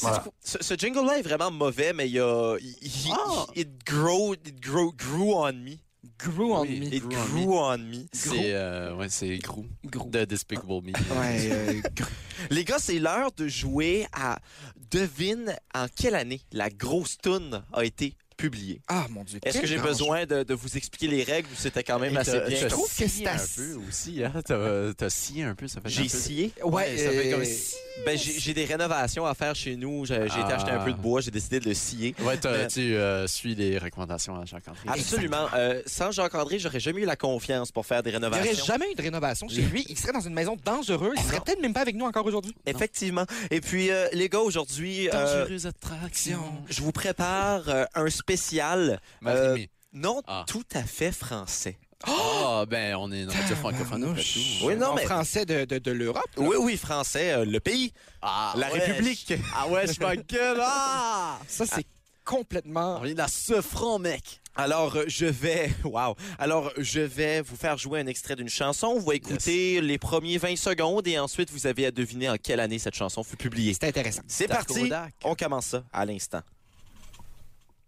F: Voilà.
A: Ce, ce jingle-là est vraiment mauvais, mais il y a. il- il-
D: Ah!
A: It, grow, it grow, grew on me.
C: Grew on
D: Oui.
C: me.
A: It
D: Grew on
A: grew on me.
D: C'est euh, ouais, c'est Grou
C: Gros.
D: de Despicable Me.
C: Ouais, euh,
A: Les gars, c'est l'heure de jouer à Devine en quelle année la grosse toune a été publié.
C: Ah, mon Dieu.
A: Est-ce que
C: quel
A: j'ai
C: danger.
A: besoin de, de vous expliquer les règles ou c'était quand même
D: Et
A: assez
D: t'as-
A: bien?
C: Je
D: t'as
C: trouve
D: scié
C: que c'est
D: Ben, un
C: assez-
D: peu aussi, hein? T'as t'as scié un peu, ça fait un
A: J'ai
D: peu-
A: scié.
C: Ouais,
D: ça fait comme
C: euh,
D: si-
A: Ben, j'ai j'ai des rénovations à faire chez nous. J'ai j'ai été
D: Ah.
A: acheter un peu de bois, j'ai décidé de le scier.
D: Ouais, t'as-
A: Mais-
C: Ben
D: tu euh, suis les recommandations à Jacques-André.
A: Absolument. Euh, sans Jacques-André, j'aurais jamais eu la confiance pour faire des
C: Il n'y aurait
A: rénovations.
C: jamais eu de rénovation chez lui. Il serait dans une maison dangereuse. Il serait peut-être même pas avec nous encore aujourd'hui.
A: Effectivement. Et puis, euh, les gars, aujourd'hui, euh,
D: Dangereuse attraction.
C: euh,
A: je vous prépare euh, un spécial. Euh,
D: Marie-Mie.
A: non
D: Ah.
A: tout à fait français.
C: Oh!
D: Ah, ben, on est une radio francophone. après tout.
A: Oui, non,
C: En
A: mais-
C: français de, de, de l'Europe.
A: Oui, oui, français, euh, le pays,
D: Ah,
A: la
D: ouais,
A: République.
D: je- Ah ouais, je m'en gueule. Ah!
C: Ça, c'est
D: On
C: complètement.
D: vient de la Sefran, mec.
A: Alors, euh, je vais. [laughs] Wow. Alors, je vais vous faire jouer un extrait d'une chanson. Vous écoutez les premiers 20 secondes et ensuite, vous avez à deviner en quelle année cette chanson fut publiée.
C: C'est intéressant.
A: C'est parti.
D: Kodak.
A: On commence ça à l'instant.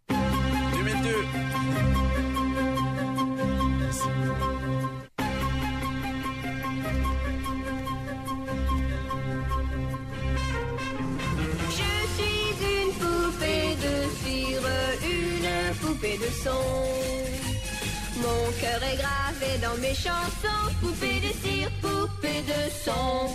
D: 2002.
E: 1. Je suis une poupée de cire, une poupée de son. Mon cœur est gravé dans mes chansons, poupée de cire, poupée de son.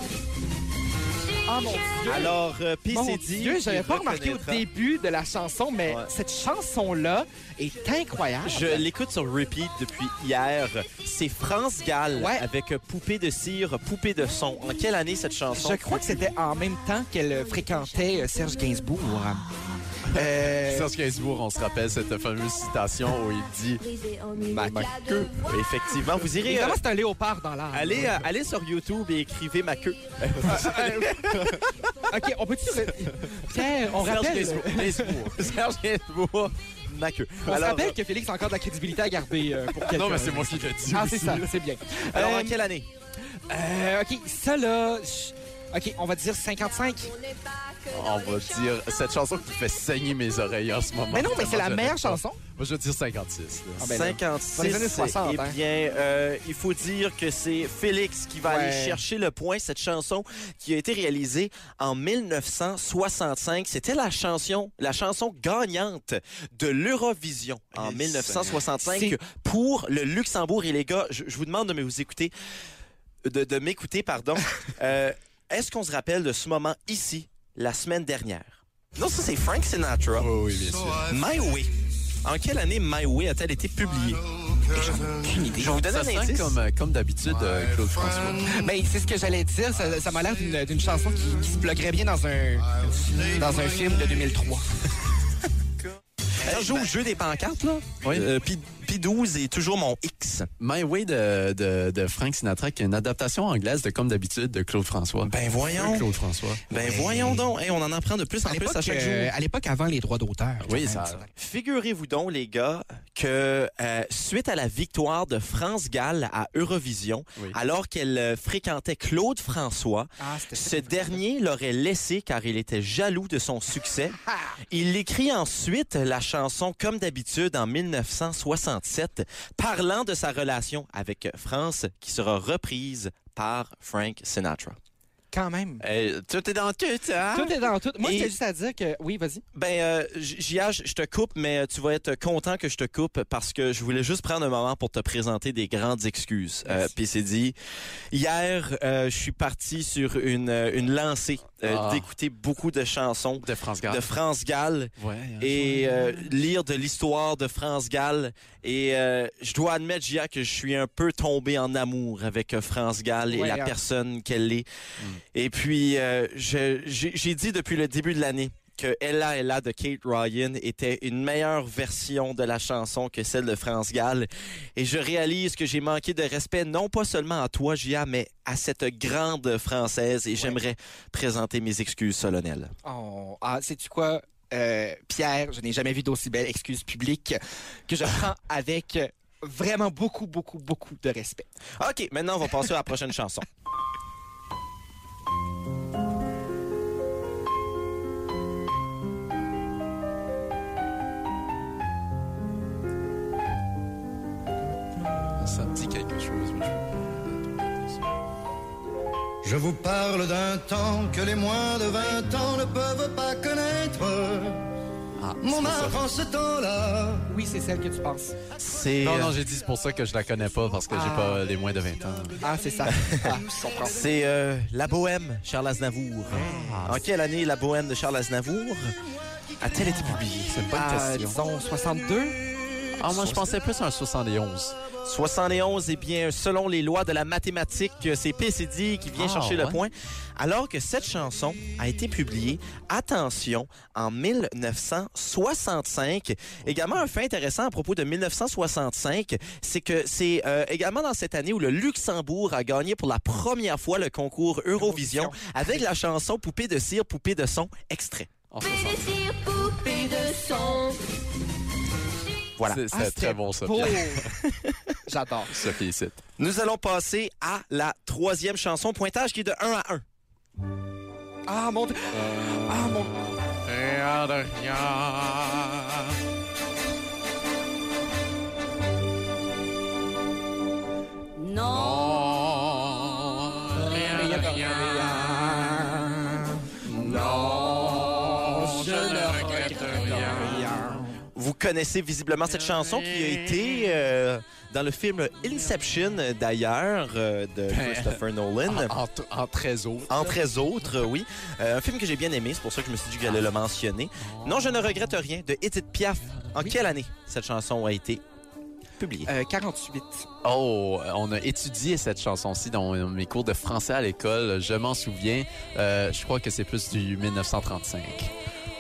C: Ah, mon Dieu.
A: Alors, euh,
C: Mon
A: PCD.
C: Dieu, j'avais
A: qui
C: pas remarqué au
A: reconnaîtra-
C: début de la chanson, mais
A: Ouais.
C: cette chanson-là est incroyable.
A: Je l'écoute sur repeat depuis hier. C'est France Gall
C: Ouais.
A: avec Poupée de cire, Poupée de son. En quelle année cette chanson
C: Je crois que c'était en même temps qu'elle fréquentait euh, Serge Gainsbourg. Euh,
D: Serge Gainsbourg, on se rappelle cette fameuse citation où il dit
E: Ma,
A: queue. Effectivement, vous irez. euh,
C: évidemment, c'est un léopard dans l'art.
A: allez, euh, allez sur YouTube et écrivez ma queue.
C: OK, on peut-tu... [laughs] re- Pierre, on rappelle...
D: Gainsbourg. Gainsbourg.
A: Serge Gainsbourg, Euh, ma queue.
C: On se
A: Alors,
C: rappelle que Félix a encore de la crédibilité à garder euh, pour quelqu'un.
D: Non, mais c'est moi qui l'ai dit.
C: Ah,
D: aussi.
C: c'est ça, c'est bien.
A: alors,
C: Euh,
A: en quelle année
C: euh, OK, ça, là... je- OK, on va dire 55.
D: On va dire cette chanson qui fait saigner mes oreilles en ce moment.
C: Mais non, mais c'est la
D: Tellement
C: meilleure
D: je l'aime pas.
C: chanson.
D: Moi, je veux dire 56. là.
C: Ah, ben là. Dans les années
A: 56.
C: 60,
A: eh
C: hein.
A: bien, euh, il faut dire que c'est Félix qui va
C: Ouais.
A: aller chercher le point. Cette chanson qui a été réalisée en 1965, c'était la chanson, la chanson gagnante de l'Eurovision en
D: Eh,
A: 1965
C: c'est-
A: pour le Luxembourg. Et les gars, je, je vous demande de me vous écouter, de, de m'écouter,
C: [laughs]
A: pardon. Euh, Est-ce qu'on se rappelle de ce moment ici, la semaine dernière? Non, ça c'est Frank Sinatra.
D: Oui, oui, bien sûr.
A: My Way. En quelle année My Way a-t-elle été publiée? Je vais vous donner
D: Ça
A: un
D: sonne
A: indice.
D: comme, euh, comme d'habitude, euh, Claude François.
C: Mais c'est ce que j'allais dire. Ça, ça m'a l'air d'une, d'une chanson qui, qui se bloquerait bien dans un, dans un film de 2003.
A: Ça joue au jeu des pancartes, là.
D: Oui.
A: Euh, Pi Pi 12 est toujours mon X.
D: My Way de, de, de Frank Sinatra, qui est une adaptation anglaise de Comme d'habitude de Claude François.
A: Ben voyons.
D: Claude François.
A: Ben voyons donc. Hey, on en apprend de plus en
C: À
A: plus
C: l'époque,
A: à chaque
C: euh,
A: jour.
C: à l'époque, avant les droits d'auteur.
D: Oui,
C: quand
D: ça-
C: même,
A: Figurez-vous donc, les gars, que euh, suite à la victoire de France Gall à Eurovision,
D: Oui.
A: alors qu'elle euh, fréquentait Claude François,
C: Ah, c'était
A: ce dernier l'aurait laissé car il était jaloux de son succès. Il écrit ensuite la chanson Comme d'habitude en 1967, parlant de sa relation avec France qui sera reprise par Frank Sinatra.
C: Quand même. Ah.
D: Hey, tout est dans tout, hein?
C: Tout est dans tout. Moi,
A: Et-
C: j'ai juste à dire que... Oui, vas-y.
A: Ben, euh, J- J.H., je te coupe, mais euh, tu vas être content que je te coupe parce que je voulais juste prendre un moment pour te présenter des grandes excuses. Euh, Puis c'est dit, hier, euh, je suis parti sur une, euh, une lancée euh,
D: Ah.
A: d'écouter beaucoup de chansons
D: De France Gall.
A: de France Gall
D: Ouais. hein.
A: et euh, lire de l'histoire de France Gall. Et euh, je dois admettre, Gia, que je suis un peu tombé en amour avec euh, France Gall et
C: Ouais,
A: la
C: hein. Mm.
A: personne qu'elle est. Et puis, euh, je- j'ai j'ai dit depuis le début de l'année que Ella Ella de Kate Ryan était une meilleure version de la chanson que celle de France Gall. Et je réalise que j'ai manqué de respect, non pas seulement à toi, Gia, mais à cette grande Française. Et j'aimerais présenter mes excuses solennelles.
C: Oh, ah, sais-tu quoi? Euh, Pierre, je n'ai jamais vu d'aussi belle excuse publique que je [laughs] prends avec vraiment beaucoup, beaucoup, beaucoup de respect.
A: OK, maintenant, on va passer à la prochaine [laughs] chanson.
D: Ça me dit quelque chose. mais je-
G: Je vous parle d'un temps que les moins de 20 ans ne peuvent pas connaître.
D: Ah,
G: Mon mari en ce temps-là.
C: Oui, c'est celle que tu penses.
A: C'est.
D: Non,
A: euh,
D: non, j'ai dit c'est pour ça que je la connais pas, parce que j'ai
C: Ah.
D: pas les moins de 20 ans.
C: Ah, c'est [laughs] ça. Ah, je comprends.
A: C'est euh, La Bohème, Charles Aznavour.
D: Ah.
A: en quelle année La Bohème de Charles Aznavour a-t-elle été publiée?
D: C'est une bonne
C: Ah,
D: question.
C: disons 62.
D: Ah, moi, je pensais plus à un 71.
A: 71, eh bien, selon les lois de la mathématique, euh, c'est PCD qui vient
D: Ah,
A: chercher le
D: ouais.
A: point. Alors que cette chanson a été publiée, attention, en 1965. Également, un fait intéressant à propos de 1965, c'est que c'est euh, également dans cette année où le Luxembourg a gagné pour la première fois le concours Eurovision avec la chanson Poupée de cire, poupée de son, extrait.
D: En
E: Poupée
D: 60.
E: de cire, poupée de son.
A: Voilà.
D: C'est-
C: Ah,
D: C'était
C: c'était
D: très bon, Sophie.
C: Beau. J'adore.
D: Sophie, ici.
A: Nous allons passer à la troisième chanson, pointage qui est de 1 à 1.
C: Ah, mon Dieu. Ah, mon
D: Rien de rien.
E: Non,
D: Non, rien de rien. Non, je ne regrette rien.
A: Vous connaissez visiblement cette chanson qui a
D: Mm.
A: été euh, dans le film Inception, d'ailleurs, euh, de Christopher Nolan.
D: Ben, En, en, en 13 autres.
A: Entre elles autres, euh, oui. Euh, un film que j'ai bien aimé, c'est pour ça que je me suis dit que j'allais le mentionner.
D: Ah.
A: Non, je ne regrette rien, de Edith Piaf. En quelle année cette chanson a été publiée?
C: Euh, 48.
D: Oh, on a étudié cette chanson-ci dans mes cours de français à l'école. Je m'en souviens. Euh, je crois que c'est plus du 1935.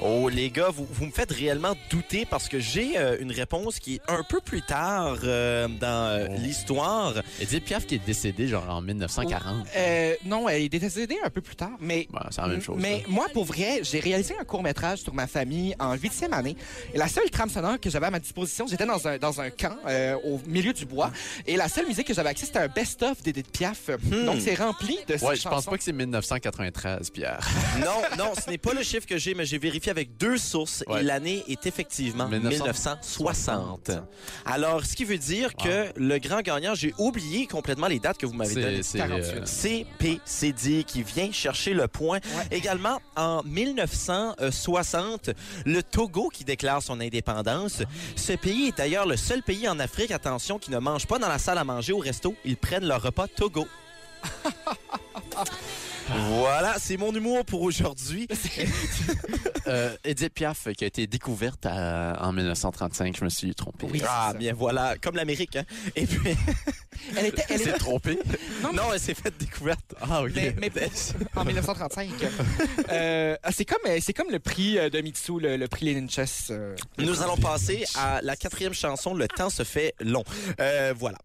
A: Oh, les gars, vous, vous me faites réellement douter parce que j'ai euh, une réponse qui est un peu plus tard euh, dans euh,
D: Oh.
A: l'histoire.
D: Edith Piaf qui est décédée genre en 1940.
C: Euh, non, elle est décédée un peu plus tard, mais
D: Ouais, c'est la même chose.
C: Mm. Mais
D: là.
C: moi, pour vrai, j'ai réalisé un court-métrage sur ma famille en huitième année. Et la seule trame sonore que j'avais à ma disposition, j'étais dans un, dans un camp euh, au milieu du bois. Et la seule musique que j'avais accès, c'était un best-of d'Edith Piaf. Donc, c'est rempli de ces
D: Hmm. Ouais, je pense
C: chansons.
D: pas que c'est 1993, Pierre.
A: Non, non, ce n'est pas le chiffre que j'ai, mais j'ai vérifié avec deux sources
D: Ouais.
A: et l'année est effectivement
D: 1960.
A: 1960. Alors, ce qui veut dire que le grand gagnant, j'ai oublié complètement les dates que vous m'avez données.
D: C'est c'est, euh,
C: 48.
A: CPCD qui vient chercher le point. Également, en 1960, le Togo qui déclare son indépendance. Ce pays est d'ailleurs le seul pays en Afrique, attention, qui ne mange pas dans la salle à manger au resto. Ils prennent leur repas
C: [laughs]
A: Togo. voilà, c'est mon humour pour aujourd'hui.
D: euh, Edith Piaf qui a été découverte à- en 1935. Je me suis trompé.
C: Oui.
A: Ah,
C: c'est ça.
A: bien voilà, comme l'Amérique. Hein? Et puis,
C: Elle était, elle
D: Elle s'est
C: était [laughs]
D: trompée.
A: [laughs] non, elle s'est faite découverte.
D: Ah oui.
C: mais,
A: [laughs]
C: mais en
D: [laughs]
C: 1935. Euh, ah, c'est comme, euh, c'est comme le prix euh, de Mitsu, le, le prix Lenin Chess. euh.
A: Nous allons passer à la quatrième chanson, Le temps se fait long. Euh, voilà.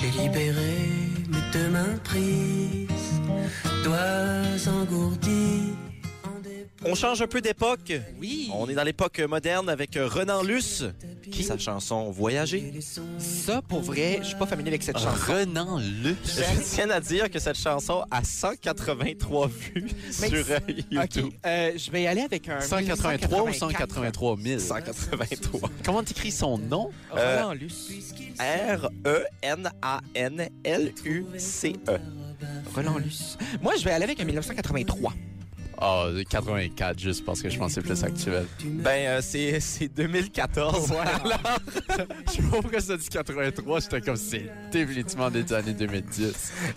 H: J'ai libéré mes deux mains prises, doigts engourdis. en dépôt
A: On change un peu d'époque.
C: Oui.
A: On est dans l'époque moderne avec Renan Luce,
H: de
A: qui sa chanson Voyager.
H: les sons.
C: Ça, pour vrai, je suis pas familier avec cette chanson.
D: Renan Luce.
A: Je tiens à dire que cette chanson a 183 vues
C: Mais
A: sur euh,
D: Ah,
C: Ok,
A: YouTube.
C: euh, je vais y aller avec un.
D: 183 ou 183 000?
A: 183.
D: Comment t'écris son nom?
A: Euh,
C: Roland Luce.
A: E R-E-N-A-N-L-U-C-E.
C: Roland Luce. Moi, je vais aller avec un 1983.
D: Ah, 84, juste parce que je pensais plus
A: [laughs]
D: actuel.
A: Ben, euh, c'est c'est 2014.
D: Alors, je sais pas pourquoi ça dit 83, j'étais comme c'est définitivement des années 2010.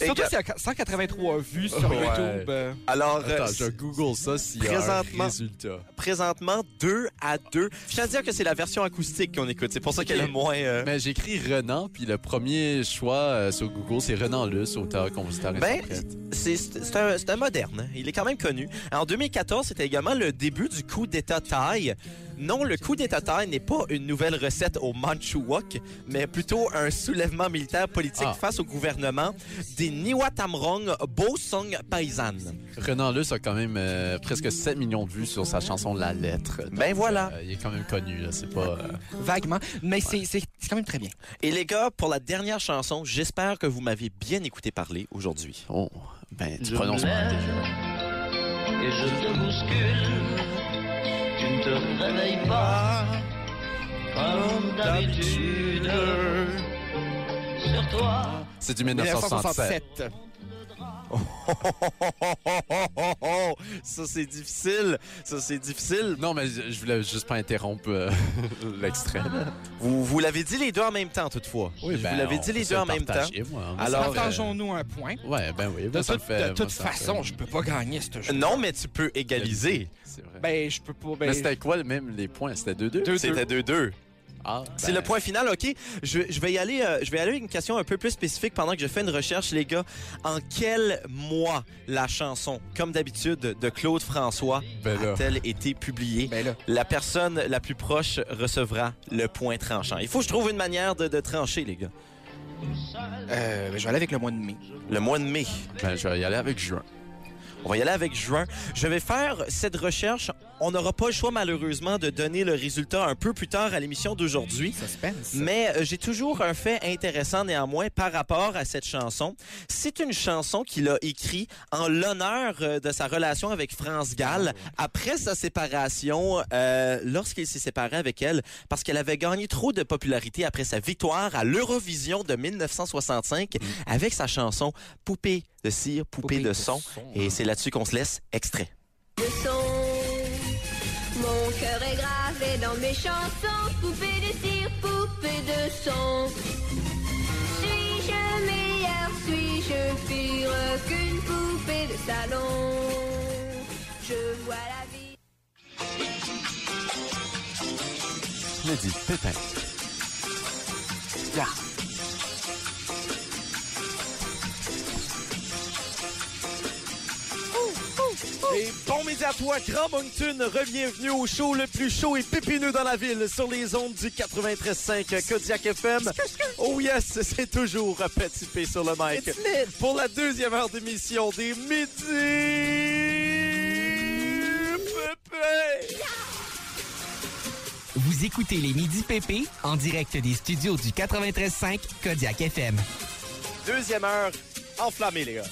A: Et
C: Surtout
A: que-
C: s'il y a 183 vues sur
D: Ouais.
C: YouTube. euh,
A: Alors, euh,
D: Attends, je google ça s'il y a un
A: Présentement.
D: résultat.
A: présentement 2 à 2. Je tiens à dire que c'est la version acoustique qu'on écoute. C'est pour ça qu'elle est moins. euh,
D: Mais j'écris Renan, puis le premier choix euh, sur Google, c'est Renan Luce, auteur, compositeur,
A: Ben,
D: interprète.
A: C'est c'est un, c'est un moderne. hein. Il est quand même connu. En 2014, c'était également le début du coup d'État thaï. Non, le coup d'État thaï n'est pas une nouvelle recette au Manchukuok, mais plutôt un soulèvement militaire politique
D: Ah.
A: face au gouvernement des Niwatamrong Bosong Paisan.
D: Renan Luce a quand même euh, presque 7 millions de vues sur sa chanson La Lettre. Donc,
A: Ben voilà.
D: euh, il est quand même connu, là, c'est pas... euh,
C: Vaguement. Mais c'est- c'est c'est quand même très bien.
A: Et les gars, pour la dernière chanson, j'espère que vous m'avez bien écouté parler
D: [laughs]
A: aujourd'hui. [laughs]
D: Oh, ben, tu
I: Je
D: prononces
I: me
D: mal
I: lève.
D: déjà.
I: et je te bouscule. Tu ne te réveilles pas comme d'habitude. sur toi.
D: C'est du 1967.
C: 1967.
A: Ça, c'est difficile. Ça, c'est difficile.
D: Non, mais je je voulais juste pas interrompre euh, [laughs] l'extrait.
A: Vous, vous l'avez dit les deux en même temps, toutefois. je
C: ben,
A: vous l'avez dit les deux en même temps. Alors,
D: Alors, euh,
C: Partageons-nous un point.
D: ouais, ben oui,
C: hein.
D: moi,
C: Ah De,
D: ça
C: toute-
D: me fait-
C: de
D: moi,
C: toute
D: ça me fait-
C: façon, je peux pas gagner ce jeu.
A: Non, mais tu peux égaliser.
D: C'est vrai.
C: Ben, je peux pas. Ben,
D: mais c'était quoi le même les points C'était 2-2
C: deux, deux.
A: C'était 2-2.
D: Ah, ben,
A: C'est le point final, OK? Je, je vais y aller, euh, je vais y aller avec une question un peu plus spécifique pendant que je fais une recherche, les gars. En quel mois la chanson, comme d'habitude, de Claude François
D: Ben là.
A: a-t-elle été publiée?
C: Ben là.
A: La personne la plus proche recevra le point tranchant. Il faut que je trouve une manière de, de trancher, les gars.
C: Euh, ben, je vais aller avec le mois de mai.
A: Le mois de mai.
D: Ben, je vais y aller avec juin.
A: On va y aller avec juin. Je vais faire cette recherche. On n'aura pas le choix, malheureusement, de donner le résultat un peu plus tard à l'émission d'aujourd'hui.
C: Suspense.
A: Mais euh, j'ai toujours un fait intéressant néanmoins par rapport à cette chanson. C'est une chanson qu'il a écrite en l'honneur euh, de sa relation avec France Gall après sa séparation, euh, lorsqu'il s'est séparé avec elle, parce qu'elle avait gagné trop de popularité après sa victoire à l'Eurovision de 1965 avec sa chanson Poupée de cire, Mm. poupée, de son. hein. Et c'est là-dessus qu'on se laisse extrait.
E: de son. Mon cœur est gravé dans mes chansons, poupée de cire, poupée de son. Suis-je meilleur, suis-je pire qu'une poupée de salon Je vois la vie.
D: Je l'ai dit, pépin.
J: Et bon midi à toi, Grand Moncton. Bienvenue au show le plus chaud et pépineux dans la ville sur les ondes du 93.5 Kodiak FM. Oh yes, c'est toujours Petit P sur le mic. Pour la deuxième heure d'émission des Midi Pépé.
B: Vous écoutez les Midi PP en direct des studios du 93.5 Kodiak FM.
J: Deuxième heure enflammée, les gars.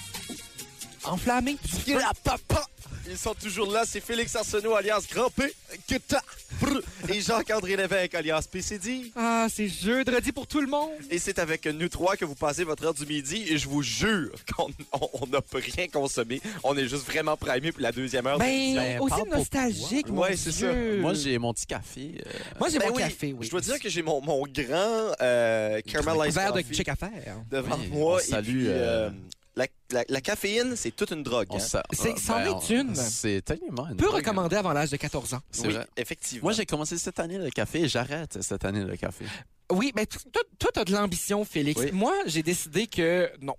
C: Enflammé.
J: la papa! Ils sont toujours là, c'est Félix Arsenault alias Grand P, Kuta, Brr, et Jacques-André Lévesque alias PCD.
C: Ah, c'est jeudi pour tout le monde.
J: Et c'est avec nous trois que vous passez votre heure du midi. Et je vous jure qu'on [laughs] on- on n'a rien consommé. On est juste vraiment primé pour la deuxième heure.
C: Ben, aussi
D: parle pour
C: nostalgique, mon
J: Ouais, c'est ça.
C: Dieu.
D: Moi, j'ai mon petit café. euh,
C: Moi, j'ai
J: Ben
C: mon
J: oui,
C: café, oui.
J: Je dois dire que j'ai mon, mon grand euh, caramel
C: Un
J: iced
C: verre de
J: coffee
C: check à faire.
J: devant
D: Oui, on
J: moi. Et
D: salue,
J: puis,
D: euh,
J: euh, la, la- la caféine, c'est toute une drogue.
D: on
J: hein.
D: s'a-
C: C'est-
D: euh,
C: c'en
D: ben,
C: est une.
D: on- C'est tellement une
C: Peu
D: drogue.
C: recommandé avant l'âge de 14 ans.
D: C'est
A: Oui,
D: vrai.
A: effectivement.
D: Moi, j'ai commencé cette année le café et j'arrête cette année le café.
C: Oui, ben, t- toi, toi, t'as de l'ambition, Félix.
D: Oui.
C: Moi, j'ai décidé que non.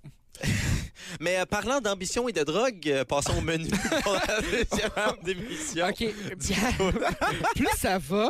A: Mais euh, parlant d'ambition et de drogue, euh, passons au
D: [laughs]
A: menu pour la deuxième heure d'émission.
C: OK. Bien. plus ça va,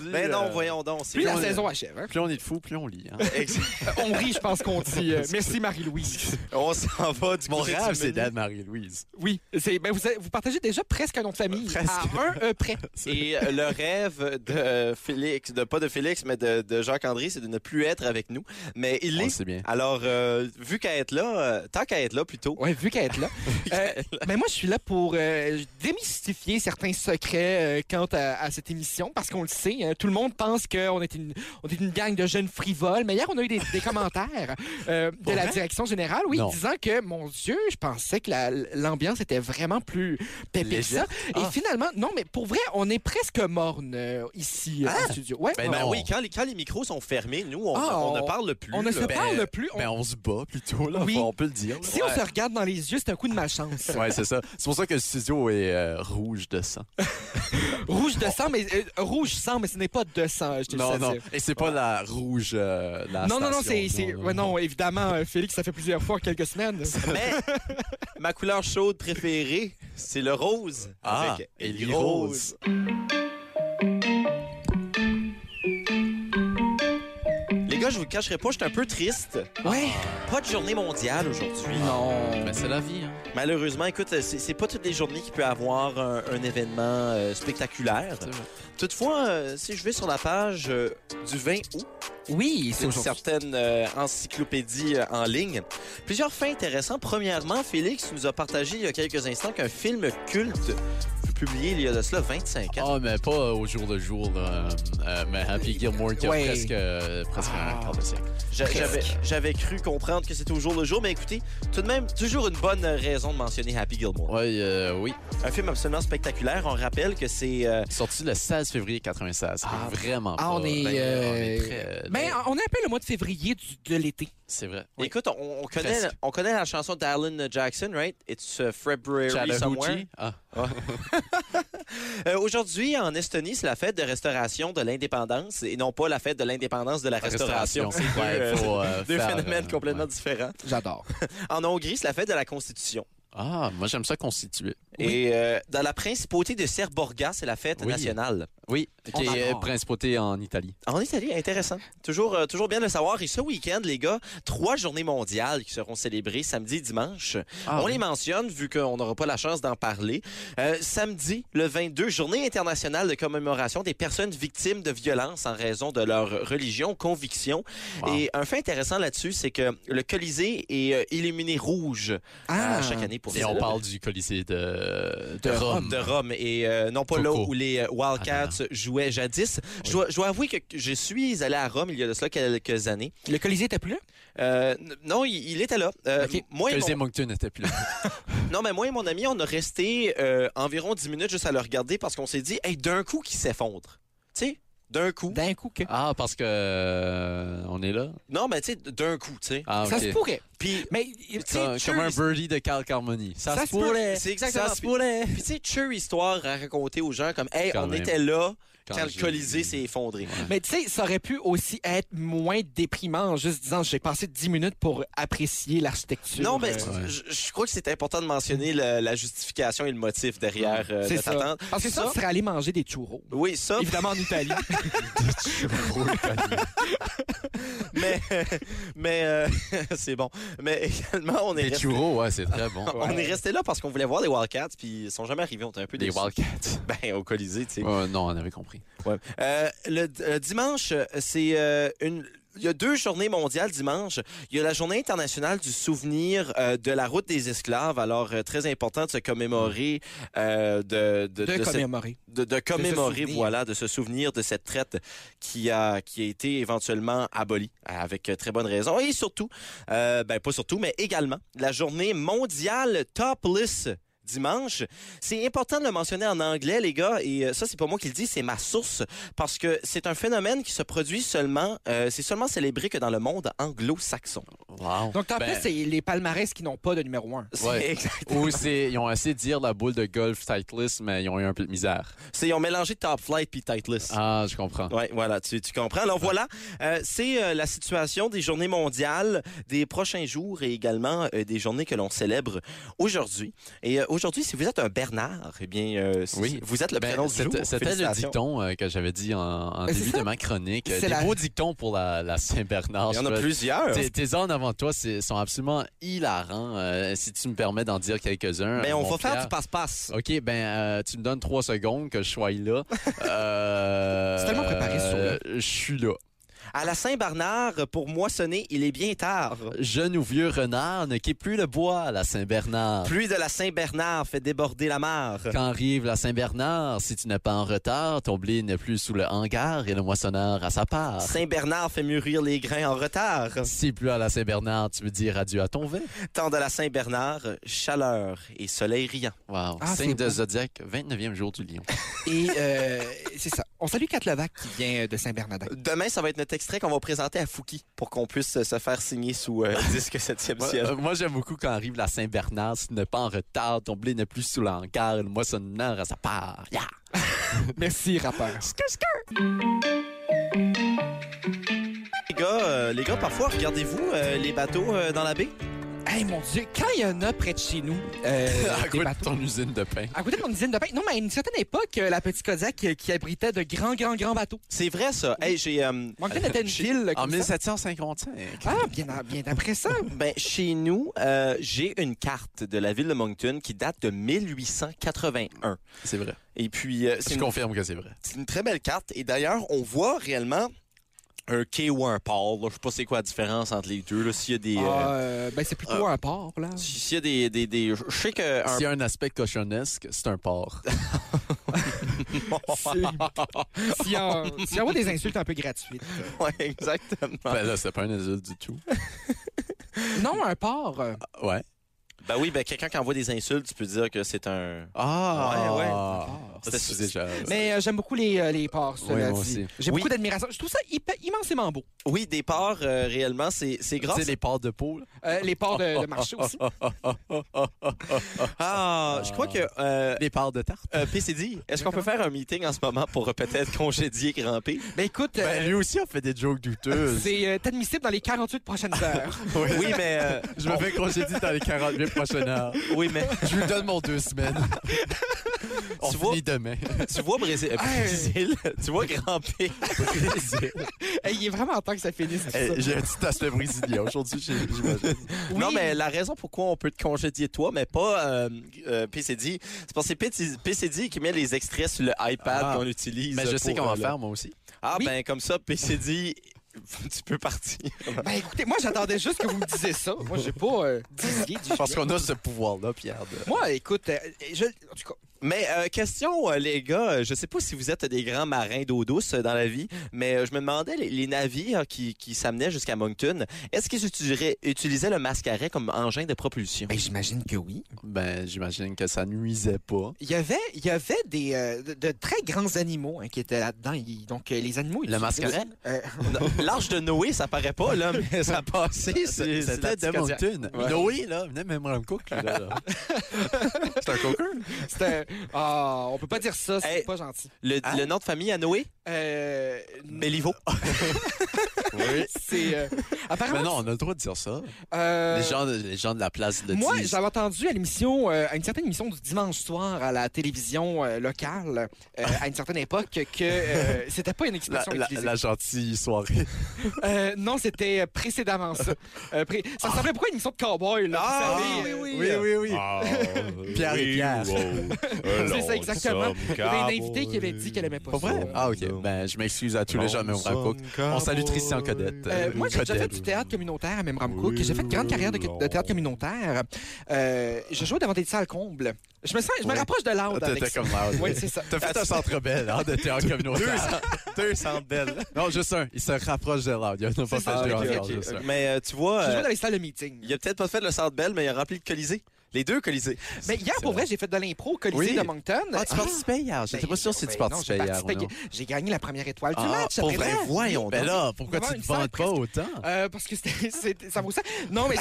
D: euh,
A: Ben non, voyons donc. c'est-
C: plus la
A: on-
C: saison achève. hein.
D: Plus on est de fous, plus on
J: [laughs]
D: lit. hein.
A: Ex- [laughs]
C: On rit, je pense qu'on dit. euh, merci, Marie-Louise.
A: On s'en va du
D: Mon
A: côté du
D: rêve, c'est
A: menu.
D: d'être Marie-Louise.
C: Oui. c'est- Ben, vous, avez- vous partagez déjà presque un nom de famille. À un euh, près.
A: [laughs] Et euh, le rêve de euh, Félix, de pas de Félix, mais de, de Jacques-André, c'est de ne plus être avec nous. Mais il
D: On
A: est.
D: sait bien.
A: Alors, euh, vu qu'à être là, euh, tant qu'à être là
D: Oh.
A: plutôt,
C: Ouais, vu qu'elle est là. [laughs] Euh, ben moi, je suis là pour euh, démystifier certains secrets euh, quant à, à cette émission, parce qu'on le sait, hein, tout le monde pense qu'on est une, on est une gang de jeunes frivoles, mais hier, on a eu des, des commentaires euh, de la direction générale, oui,
D: Non.
C: disant que, mon Dieu, je pensais que la- l'ambiance était vraiment plus pépée que ça. Et finalement, non, mais pour vrai, on est presque morne euh, ici, euh, en studio. Ouais,
A: ben,
C: on-
A: ben oui, quand les, quand les micros sont fermés, nous, on,
C: Ah,
A: on
C: on-
A: ne parle plus.
C: on ne se
A: là.
C: parle plus. on-
D: Ben, on se bat plutôt, là.
C: Oui.
D: On peut le dire. là.
C: si on se regarde dans les yeux, c'est un coup de malchance.
D: Ouais, c'est ça. C'est pour ça que le studio est euh, rouge de sang.
C: Rouge de sang, mais euh, rouge sang, mais ce n'est pas de sang. Je te
D: Non,
C: le
D: non.
C: sais.
D: Et c'est pas la rouge, euh, la
C: Non, non, non, c'est.
D: station.
C: c'est- ouais, non, évidemment, euh, Félix, ça fait plusieurs fois, quelques semaines.
D: [laughs]
A: Mais ma couleur chaude préférée, c'est le rose.
D: Ah,
A: avec
D: et
A: Ellie
D: les roses.
A: Les gars, je vous le cacherai pas, je suis un peu triste.
D: Ah.
C: Ouais.
A: Pas de journée mondiale aujourd'hui.
C: Non.
D: Ben, c'est la vie, hein.
A: Malheureusement, écoute, euh, c'est c'est pas toutes les journées qu'il peut avoir un, un événement euh, spectaculaire.
D: C'est vrai.
A: Toutefois, euh, si je vais sur la page euh, du 20 août,
C: Oui, c'est
A: d'une
C: aujourd'hui.
A: certaine euh, encyclopédie euh, en ligne, plusieurs faits intéressants. Premièrement, Félix nous a partagé il y a quelques instants qu'un film culte publié il y a de cela 25 ans.
D: Ah, mais pas au jour le jour, là. Euh, mais Happy Gilmore qui a
C: Ouais.
D: presque, euh, presque un quart de siècle.
C: Oh,
A: J'a- J'avais j'avais cru comprendre que c'était au jour le jour, mais écoutez, tout de même, toujours une bonne raison de mentionner Happy Gilmore.
D: Ouais, euh, oui.
A: Un film absolument spectaculaire. On rappelle que c'est... euh,
D: Sorti le 16 février 96.
C: Ah.
D: Vraiment
C: Ah,
D: pas.
C: on est.
D: Ben, on est
C: euh,
D: très-
C: ben, on est un peu le mois de février du- de l'été.
D: C'est vrai.
A: Écoute, on, on connaît,
D: Presque.
A: on connaît la chanson d'Alan Jackson, right? It's uh, February somewhere.
D: Chattahoochee. Ah.
A: Euh, Aujourd'hui, en Estonie, c'est la fête de restauration de l'indépendance et non pas la fête de l'indépendance de la restauration. C'est
D: Ouais,
A: deux, euh,
D: faut, euh,
A: [laughs] deux
D: faire,
A: phénomènes
D: euh,
A: complètement
D: ouais.
A: différents.
C: J'adore.
A: En Hongrie, c'est la fête de la Constitution.
D: Ah, moi j'aime ça constituer.
A: Et euh, dans la principauté de Serborga, c'est la fête
D: Oui.
A: nationale.
D: Oui,
C: On
D: qui est
C: adore.
D: principauté euh, en Italie.
A: En Italie, intéressant. Toujours, euh, toujours bien de le savoir. Et ce week-end, les gars, trois journées mondiales qui seront célébrées samedi et dimanche.
D: Ah,
A: on
D: oui.
A: les mentionne vu qu'on n'aura pas la chance d'en parler. Euh, samedi, le 22, journée internationale de commémoration des personnes victimes de violences en raison de leur religion, conviction.
D: Wow.
A: Et un fait intéressant là-dessus, c'est que le Colisée est euh, illuminé rouge à chaque année pour
D: Ah. Et
A: cela.
D: on parle du Colisée de,
A: de
D: Rome.
A: Rome. De Rome. Et euh, non pas là
D: Coco.
A: où les euh, Wildcats
D: Ah,
A: jouaient jadis. Je, dois, je dois avouer que je suis allé à Rome il y a de cela quelques années.
C: Le Colisée était plus là?
A: Euh, n- non, il, il était là. Euh,
C: Ok.
A: moi et mon-
D: Colisée Moncton n'était plus là.
A: non, mais moi et mon ami, on a resté euh, environ 10 minutes juste à le regarder parce qu'on s'est dit, hey, d'un coup, qui s'effondre. Tu sais, d'un coup.
C: D'un coup que.
D: Ah, parce que euh, on est là.
A: Non, mais tu sais, d'un coup, tu sais.
D: Ah,
C: Ça
D: ok.
C: se pourrait.
A: Puis,
C: Mais, tu sais,
D: Comme-
C: Cheers,
D: Comme un birdie de Cal Carmoni. Ça,
C: Ça
D: se
C: se peut.
D: pourrait.
A: c'est exactement.
D: Euh, Ça se
A: Puis- Puis, tu sais, cheer histoire à raconter aux gens comme, hey,
D: Quand
A: on
D: même.
A: était là quand, le
D: j'ai-
A: Colisée s'est effondré.
C: Mais tu sais, ça aurait pu aussi être moins déprimant en juste disant j'ai passé 10 minutes pour apprécier l'architecture.
A: Non, mais
C: Euh,
A: je, je crois que c'est important de mentionner le- la justification et le motif derrière euh,
C: c'est
A: notre
C: ça.
A: attente.
C: Parce que ça,
A: Ça-
C: on serait allé manger des churros. [laughs]
A: Oui, ça,
C: Évidemment en Italie.
A: mais, [laughs] mais euh, [laughs] c'est bon. Mais également, on est
D: Les
A: resté,
D: churros, ouais, c'est très
A: [laughs]
D: bon.
A: on est resté là parce qu'on voulait voir les Wildcats, puis ils sont jamais arrivés. On était un peu
D: Les
A: déçus.
D: Wildcats.
A: Ben, au Colisée, tu sais.
D: Ouais, non, on avait compris.
A: Euh, le, le dimanche, c'est euh, une. Il y a deux journées mondiales dimanche. Il y a la journée internationale du souvenir euh, de la route des esclaves. Alors, euh, très important de se commémorer euh, de, de,
C: De
A: de cette-
C: commémorer.
A: de, de commémorer,
C: souvenir.
A: voilà, de se souvenir de cette traite qui a, qui a été éventuellement abolie, avec euh, très bonne raison. Et surtout, euh, ben pas surtout, mais également, la journée mondiale topless dimanche. C'est important de le mentionner en anglais, les gars, et euh, ça, c'est pas moi qui le dis, c'est ma source, parce que c'est un phénomène qui se produit seulement, euh, c'est seulement célébré que dans le monde anglo-saxon.
D: Wow.
C: Donc, en
D: Ben,
C: plus, c'est les palmarès qui n'ont pas de numéro 1.
A: C'est
D: Ouais.
A: exact.
D: Ou c'est, ils ont essayé de dire la boule de golf Titleist, mais ils ont eu un peu de misère.
A: C'est, ils ont mélangé top flight puis tightless.
D: Ah, je comprends.
A: Oui, voilà, tu, tu comprends. Alors voilà, euh, c'est euh, la situation des journées mondiales, des prochains jours et également euh, des journées que l'on célèbre aujourd'hui. Et euh, aujourd'hui, si vous êtes un Bernard, eh bien, euh, si-
D: Oui.
A: vous êtes le
D: Ben,
A: prénom du
D: c'était-
A: jour.
D: C'était le
A: Félicitations.
D: dicton euh, que j'avais dit en, en
C: Ben, c'est
D: début
C: ça.
D: de ma chronique. Euh,
C: C'est
D: Des
C: la-
D: beaux dictons pour la, la Saint-Bernard.
A: Il y en
D: Je
A: a
D: vois-
A: plusieurs.
D: Tes, tes ordres avant toi c'est- sont absolument hilarants. euh, si tu me permets d'en dire quelques-uns.
A: Mais
D: euh,
A: Ben, on
D: mon
A: va faire
D: Pierre.
A: du passe-passe.
D: OK, ben, euh, tu me donnes trois secondes que je sois
C: [laughs]
D: là. Euh,
C: C'est tellement préparé, ce
D: euh, Je suis là.
A: À la Saint-Bernard, pour moissonner, il est bien tard.
D: Jeune ou vieux renard ne quitte plus le bois à la Saint-Bernard.
A: Pluie de la Saint-Bernard fait déborder la mare.
D: Quand arrive la Saint-Bernard, si tu n'es pas en retard, ton blé n'est plus sous le hangar et le moissonneur à sa part.
A: Saint-Bernard fait mûrir les grains en retard.
D: Si plus à la Saint-Bernard, tu veux dire adieu à ton vin.
A: Temps de la Saint-Bernard, chaleur et soleil riant.
D: Wow.
C: Ah,
D: Signe
C: c'est
D: de
C: bon.
D: Zodiac, 29e
C: [laughs]
D: jour du lion.
C: Et euh, c'est ça. On salue Kat Levac qui vient euh,
A: [laughs]
C: de Saint-Bernardin.
A: Demain, ça va être notre extrait qu'on va présenter à Fouki pour qu'on puisse euh, se faire signer sous euh, [laughs] disque 7e
D: Moi,
A: ciel.
D: euh, moi, j'aime beaucoup quand arrive la Saint-Bernard, si tu n'es pas en retard, ton blé n'est plus sous le hangar et le moissonneur à
C: [laughs]
D: sa part. Yeah!
C: Merci, rappeur.
A: Les gars, euh, les gars, parfois, regardez-vous euh, les bateaux euh, dans la baie.
C: Hey, mon Dieu, quand il y en a près de chez nous, euh,
D: [laughs] à
C: des
D: côté de
C: bateaux-
D: ton usine de pain.
C: À côté de mon usine de pain. Non, mais à une certaine époque, euh, la petite Kodiak euh, qui abritait de grands, grands, grands bateaux.
A: C'est vrai, ça. Hey, j'ai... euh,
C: Moncton était une ville
D: En
C: comme ça.
D: 1755.
C: Ah, bien, a- bien après ça.
A: ben, chez nous, euh, j'ai une carte de la ville de Moncton qui date de 1881.
D: C'est vrai.
A: Et puis, euh,
D: Je
A: c'est une,
D: confirme que c'est vrai.
A: c'est une très belle carte. Et d'ailleurs, on voit réellement un quai ou un port. là. Je sais pas c'est quoi la différence entre les deux. là. S'il y a des...
C: Ah,
A: euh,
C: euh, ben, c'est plutôt un port,
D: [laughs]
C: là.
A: si- S'il y a des... des, des- Je sais que... un-
D: S'il y a un aspect cochonnesque, c'est un [laughs] porc.
C: Si y a
D: Oh
C: s'il y a des insultes un peu gratuites.
A: [laughs] Ouais, exactement.
D: ben là, c'est pas un adulte du tout.
C: Non, un port. euh,
D: Ouais.
A: Ben oui, ben quelqu'un qui envoie des insultes, tu peux dire que c'est un... Ouais,
D: Ah!
A: ouais.
D: C'était sous Ah! déjà.
C: Mais euh, j'aime beaucoup les, euh, les ports, cela
D: Oui, moi
C: dit.
D: aussi.
C: J'ai
A: Oui.
C: beaucoup d'admiration. Je trouve ça hyper- immensément beau.
A: Oui, des parts, euh, réellement, c'est c'est grâce...
D: C'est les porcs de peau. là.
C: Euh, les ports de, de marché
D: [laughs]
C: aussi.
A: Ah, je crois que... euh,
D: Les porcs de tarte.
A: euh, PCD, est-ce qu'on peut faire un meeting en ce moment pour euh, peut-être congédier Grand P?
C: Ben écoute, euh,
D: Ben lui aussi a fait des jokes douteuses.
C: c'est euh, admissible dans les 48 prochaines
D: [laughs]
C: heures.
A: Oui, mais... euh,
D: Je me fais congédier dans les 40 000 prochaines heures.
A: oui, mais...
D: Je lui donne mon deux [laughs] semaines. On
A: Tu vois-
D: finit [laughs] demain.
A: Tu vois Brésil... euh, Brésil, tu vois Grand P...
C: Hey, il est vraiment temps que ça finisse. tout ça.
D: Eh, J'ai un petit aspect brésilien aujourd'hui, j'ai- j'imagine.
C: Oui.
A: Non, mais la raison pourquoi on peut te congédier toi, mais pas euh, euh, PCD, c'est parce que c'est PC- PCD qui met les extraits sur le iPad
D: Ah.
A: qu'on utilise.
D: [laughs] Mais je sais
A: pour,
D: comment
A: euh, le-
D: faire, moi aussi.
A: Ah,
C: Oui.
A: ben comme ça, PCD, [laughs] tu peux partir.
C: Ben écoutez, moi j'attendais juste que vous me disiez ça. Moi j'ai pas euh, disqué du
D: Parce
C: fait.
D: qu'on a ce pouvoir-là, Pierre. de-
C: Moi écoute, euh, je... en tout cas,
A: Mais euh, question, euh, les gars, euh, je sais pas si vous êtes des grands marins d'eau douce euh, dans la vie, mais euh, je me demandais, les, les navires hein, qui, qui s'amenaient jusqu'à Moncton, est-ce qu'ils utiliseraient- utilisaient le mascaret comme engin de propulsion?
C: ben, j'imagine que oui.
D: Ben, j'imagine que ça nuisait pas.
C: Il y avait, il y avait des, euh, de, de très grands animaux hein, qui étaient là-dedans. Ils- Donc euh, les animaux.
D: Le mascaret?
C: Euh, [laughs]
A: Non, L'arche de Noé, ça paraît pas, là,
D: [laughs]
A: mais ça passait. c'est- c'est la
D: C'était de
A: petite Kodiak.
D: Moncton.
A: Ouais.
D: Noé, là, venait même un cook, là.
A: [laughs]
D: là. C'est un cook.
C: C'était. Ah, on peut pas dire ça, c'est
A: Hey.
C: pas gentil.
A: Le,
D: Ah.
A: le nom de famille à Noé?
C: Euh,
A: Béliveau.
D: Oui.
C: c'est.
D: [laughs]
C: euh, apparemment.
D: Mais non, on a le droit de dire ça.
C: euh,
D: Les, gens, les gens de la place le
C: Moi,
D: disent.
C: j'avais entendu à l'émission, euh, à une certaine émission du dimanche soir à la télévision euh, locale, euh, à une certaine époque, que euh, c'était pas une
D: La,
C: expression
D: la-
C: utilisée.
D: la gentille soirée.
C: Euh, non, c'était euh, précédemment ça. Euh, pré- Ça ressemblait pourquoi à une émission de cowboy, là.
A: Ah,
C: vous savez, euh,
A: oui,
D: Ah. Oui, oui,
C: [laughs]
D: oui. Pierre et Pierre.
C: C'est ça, exactement. Il y avait une invitée qui avait dit qu'elle aimait pas
D: Pas
C: ça.
A: Oh,
D: vrai? Ah, ok. Ben, je m'excuse à tous les gens de Memram Cook. On salue Tristan Codette.
C: Euh, moi, j'ai déjà fait
D: Codette.
C: du théâtre communautaire à Memramcook. J'ai fait une grande carrière de, de théâtre communautaire. Euh, je jouais devant des salles combles. Je me sens, je me
D: Ouais.
C: rapproche de l'âme
D: T'es-
C: avec
D: T'es
C: ça.
D: comme là.
C: Oui, c'est ça.
D: T'as fait un centre belle, hein, de théâtre communautaire.
A: Deux centres belles.
D: Non, juste un. Il se rapproche de l'art. Il y en a pas
C: ça,
D: fait deux
C: ok,
D: encore,
C: ok,
D: juste un.
A: Ah, Mais euh, tu vois,
C: Je jouais
A: euh,
C: dans les salles de meeting.
A: il a peut-être pas fait le centre belle, mais il a rempli le Colisée. Les deux Colisées.
C: Mais hier, pour vrai, j'ai fait de l'impro au Colisée
D: Oui.
C: de Moncton.
D: Ah, tu participais hier. J'étais
C: Ben,
D: pas sûr si
C: ben
D: tu
C: non,
D: participais
C: j'ai
D: hier.
C: participé.
D: ou non.
C: J'ai gagné la première étoile du
A: Ah,
C: match.
A: pour
C: après
A: vrai,
C: ça.
A: voyons
D: Ben
A: donc.
D: là, pourquoi
C: Devant
D: tu
C: une
D: te
C: salle
D: vantes pas
C: presque-
D: autant?
C: Euh, parce que c'était, [laughs] c'était- ça vaut ça. Non, mais.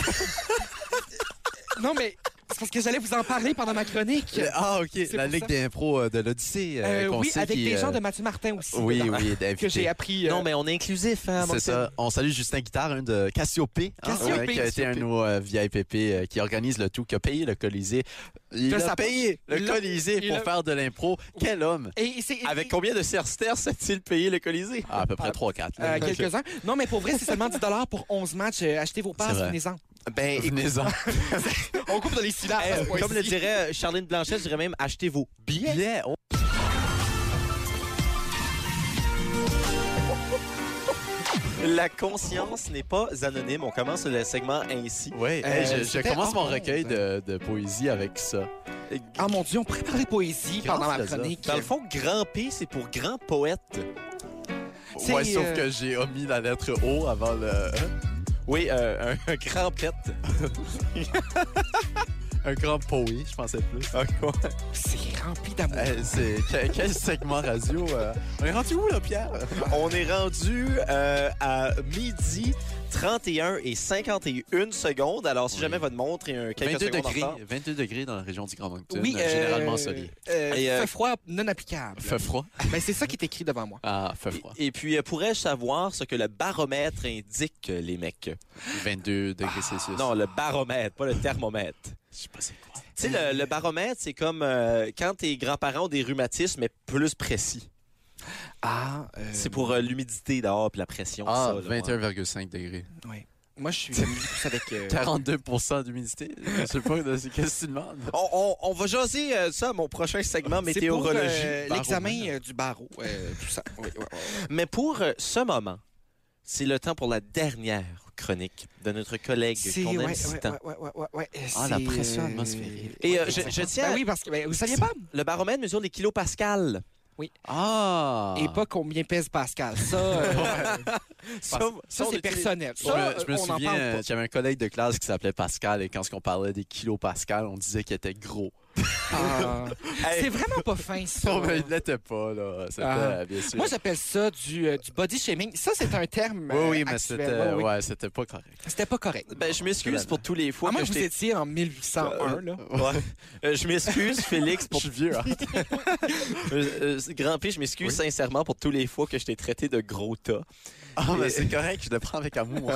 C: non, mais. C'est parce que j'allais vous en parler pendant ma chronique.
D: Le- Ah, OK.
C: C'est
D: La
C: pour
D: Ligue
C: ça.
D: d'impro euh, de l'Odyssée. euh,
C: Euh,
D: qu'on
C: oui,
D: sait
C: avec
D: qui,
C: des
D: euh,
C: gens de Mathieu Martin aussi.
D: Oui,
C: dedans, [laughs]
D: oui, d'invités.
C: Que j'ai appris. euh,
A: Non, mais on est inclusif, hein,
D: C'est ça. On salue Justin Guitard, un de Cassiopée, hein,
C: Cassiopée,
D: ouais, qui a été un
C: Cassiopée.
D: de nos euh, VIPP euh, qui organise le tout, qui a payé le Colisée. Il
C: De
D: a
C: sa poche.
D: payé le
C: Il a-
D: Colisée
C: il
D: pour
C: a-
D: faire de l'impro. Quel homme!
C: Et c'est, et-
A: Avec combien de sersters s'est-il payé le Colisée?
D: Ah, à peu près 3-4. [laughs]
C: euh, quelques-uns. Non, mais pour vrai, c'est seulement 10 pour 11 matchs. Euh, Achetez vos passes,
D: C'est vrai.
C: venez-en.
A: Ben,
D: [laughs] Venez-en.
C: On coupe dans les syllabes. à ce
A: eh,
C: point-ci.
A: comme le dirait euh, Charline Blanchet, je dirais même achetez vos billets.
D: Yeah, oh.
A: La conscience n'est pas anonyme. On commence le segment ainsi.
D: Ouais,
C: Euh,
D: hey, je, je
C: c'était
D: commence mon
C: en
D: recueil
C: honte.
D: de, de poésie avec ça.
C: Ah mon Dieu, on pourrait parler poésie
D: Grand
C: pendant ma
D: philosophe.
C: chronique.
A: Dans le fond, grand P, c'est pour grand poète.
C: C'est,
D: Ouais, sauf
C: euh,
D: que j'ai omis la lettre O avant le. hein,
A: Oui, euh, un, un grand pète.
D: Un grand poé, je pensais plus.
C: C'est rempli d'amour.
D: Hey, c'est quel, quel segment radio euh? On est rendu où là, Pierre
A: [laughs] On est rendu euh, à midi 31 et 51 secondes. Alors, si
D: Oui.
A: jamais votre montre est un quelques
D: 22
A: secondes en
D: degrés,
A: retard-
D: 22 degrés dans la région du Grand Moncton,
C: oui,
D: euh, généralement
C: euh,
D: soleil.
C: euh,
A: Et, euh,
C: Feu froid non applicable.
D: Feu froid.
C: Ben, c'est ça qui est écrit devant moi.
D: Ah, feu froid.
A: Et puis, euh, pourrais-je savoir ce que le baromètre indique, euh, les mecs?
D: 22 degrés Celsius.
A: Non, le baromètre, pas le thermomètre.
D: je sais pas c'est quoi.
A: Tu sais, le, le baromètre, c'est comme euh, quand tes grands-parents ont des rhumatismes, mais plus précis.
C: Ah, euh,
A: C'est pour euh, l'humidité dehors puis la pression.
D: Ah,
A: ça, là, ouais.
D: 21,5 [laughs] degrés.
C: Moi, je suis
D: [laughs]
C: plus avec. euh,
D: 42 d'humidité. Je sais pas, de- c'est- qu'est-ce que tu demandes
A: On, on- on va jaser euh, ça à mon prochain segment
C: c'est pour,
A: météorologie.
C: euh, L'examen
D: baromètre.
C: euh, du barreau, euh, tout ça. Oui, oui, oui.
A: Mais pour euh, ce moment, c'est le temps pour la dernière chronique de notre collègue
C: C'est
A: qu'on
C: ouais,
A: aime
C: ouais,
A: si
C: ouais,
A: tant.
C: ouais, ouais, ouais, ouais,
A: Ah, la
C: c'est,
A: pression
C: euh,
A: atmosphérique. Et euh, je, je tiens,
C: Ben oui, parce que ben, vous saviez pas?
A: le baromètre mesure les kilopascales.
D: Ah!
C: Et pas combien pèse Pascal. Ça, euh,
A: Ça,
C: ça
A: on
C: c'est
A: utilise-
C: personnel.
D: Je
C: Ça,
D: me, je me
C: euh, on en
D: souviens,
C: parle
D: euh,
C: pas.
D: j'avais un collègue de classe qui s'appelait Pascal et quand on parlait des kilos Pascal, on disait qu'il était gros.
C: [laughs] Ah.
A: Hey.
C: C'est vraiment pas fin, ça.
D: Non, mais il l'était pas, là. C'était,
C: Ah.
D: euh, bien sûr.
C: Moi, j'appelle ça du, euh, du body shaming. Ça, c'est un terme.
D: oui,
C: euh,
D: oui, mais
C: actuel.
D: c'était,
C: Ouais, oui.
D: ouais, c'était pas correct.
C: C'était pas correct.
A: Ben, je m'excuse pour tous les fois
C: À moins
A: que
C: que
A: je
C: Ah, vous
A: t'ai...
C: étiez en 1801, là.
A: Ouais. Euh, je
C: [laughs]
A: m'excuse, Félix, pour...
D: Je suis vieux, hein?
A: Euh, euh, Grand P, je m'excuse sincèrement pour tous les fois que je t'ai traité de gros tas.
D: [laughs] Ah, mais c'est correct, je le prends avec amour.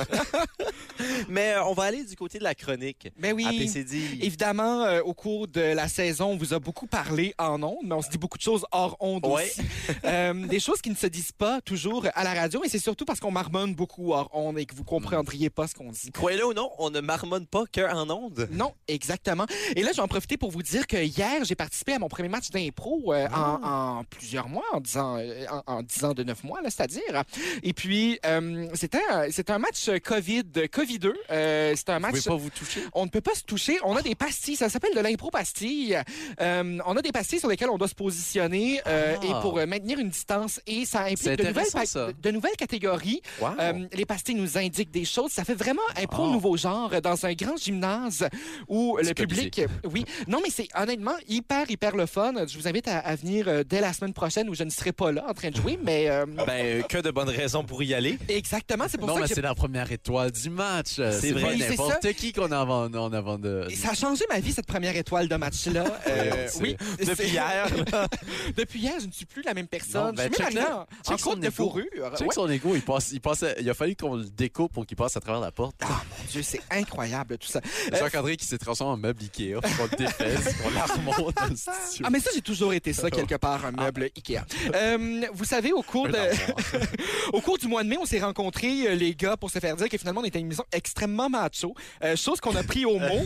A: Mais euh, on va aller du côté de la chronique.
C: Ben oui.
A: À PCD.
C: Évidemment, euh, au cours de la saison, on vous a beaucoup parlé en ondes, mais on se dit beaucoup de choses hors ondes
A: Ouais.
C: aussi. Euh, [laughs] des choses qui ne se disent pas toujours à la radio, et c'est surtout parce qu'on marmonne beaucoup hors ondes et que vous comprendriez pas ce qu'on dit.
A: Croyez-le ou non, on ne marmonne pas qu'en ondes.
C: Non, exactement. Et là, je vais en profiter pour vous dire que hier, j'ai participé à mon premier match d'impro euh,
D: Ah.
C: en, en plusieurs mois, en 10 ans, euh, en, en 10 ans de 9 mois, là, c'est-à-dire. Et puis, euh, c'était un, c'était un match COVID, COVID-2. Euh, c'était un
D: Vous
C: match
D: pouvez pas vous toucher?
C: on ne peut pas se toucher. On a des pastilles. Ça s'appelle de l'impro-pastille. Euh, on a des pastilles sur lesquelles on doit se positionner euh,
D: Ah.
C: et pour euh, maintenir une distance. Et ça
D: C'est
C: implique de nouvelles,
D: intéressant,
C: pa-
D: ça.
C: de nouvelles catégories.
A: Wow.
C: Euh, les pastilles nous indiquent des choses. Ça fait vraiment impro
D: Oh. Ah.
C: nouveau genre euh, dans un grand gymnase où le
D: C'est pas
C: public... Oui. Non, mais c'est honnêtement hyper, hyper le fun. Je vous invite à, à venir euh, dès la semaine prochaine où je ne serai pas là en train de jouer, mais...
D: [laughs]
C: euh,
A: Ben, euh, que de bonnes raisons pour y aller.
C: Exactement, Ah, c'est pour
D: Non,
C: ça
D: mais
C: que j'ai-
D: c'est la première étoile du match. C'est
A: vrai.
D: pas
C: Oui, c'est
D: n'importe qui qu'on a en en avant de.
C: Et ça a changé ma vie, cette première étoile de match-là. Euh,
D: [laughs] Ouais, c'est-
C: oui.
A: Depuis
C: C'est-
A: hier.
C: [laughs] Depuis hier, je ne suis plus la même personne.
D: Non, ben,
C: je suis
D: check
C: même arrivé en,
D: check
C: en
D: son
C: côte de
D: écho.
C: fourrure.
D: Tu sais que
C: Ouais.
D: son égo, il passe, il passe, il a fallu qu'on le découpe pour qu'il passe à travers la porte.
C: [laughs] Ah, mon Dieu, c'est incroyable tout ça.
D: Jacques-André qui s'est transformé en meuble Ikea, puis qu'on le défaise,
C: [laughs]
D: qu'on la remonte dans le studio.
C: Ah, mais ça, j'ai toujours été ça, quelque part, un meuble Ikea. Euh, vous savez, au cours,
D: Ah. Un
C: de,
D: armoire.
C: [laughs] au cours du mois de mai, on s'est rencontrés, euh, les gars, pour se faire dire que finalement, on était une émission extrêmement macho. Euh, chose qu'on a pris au mot.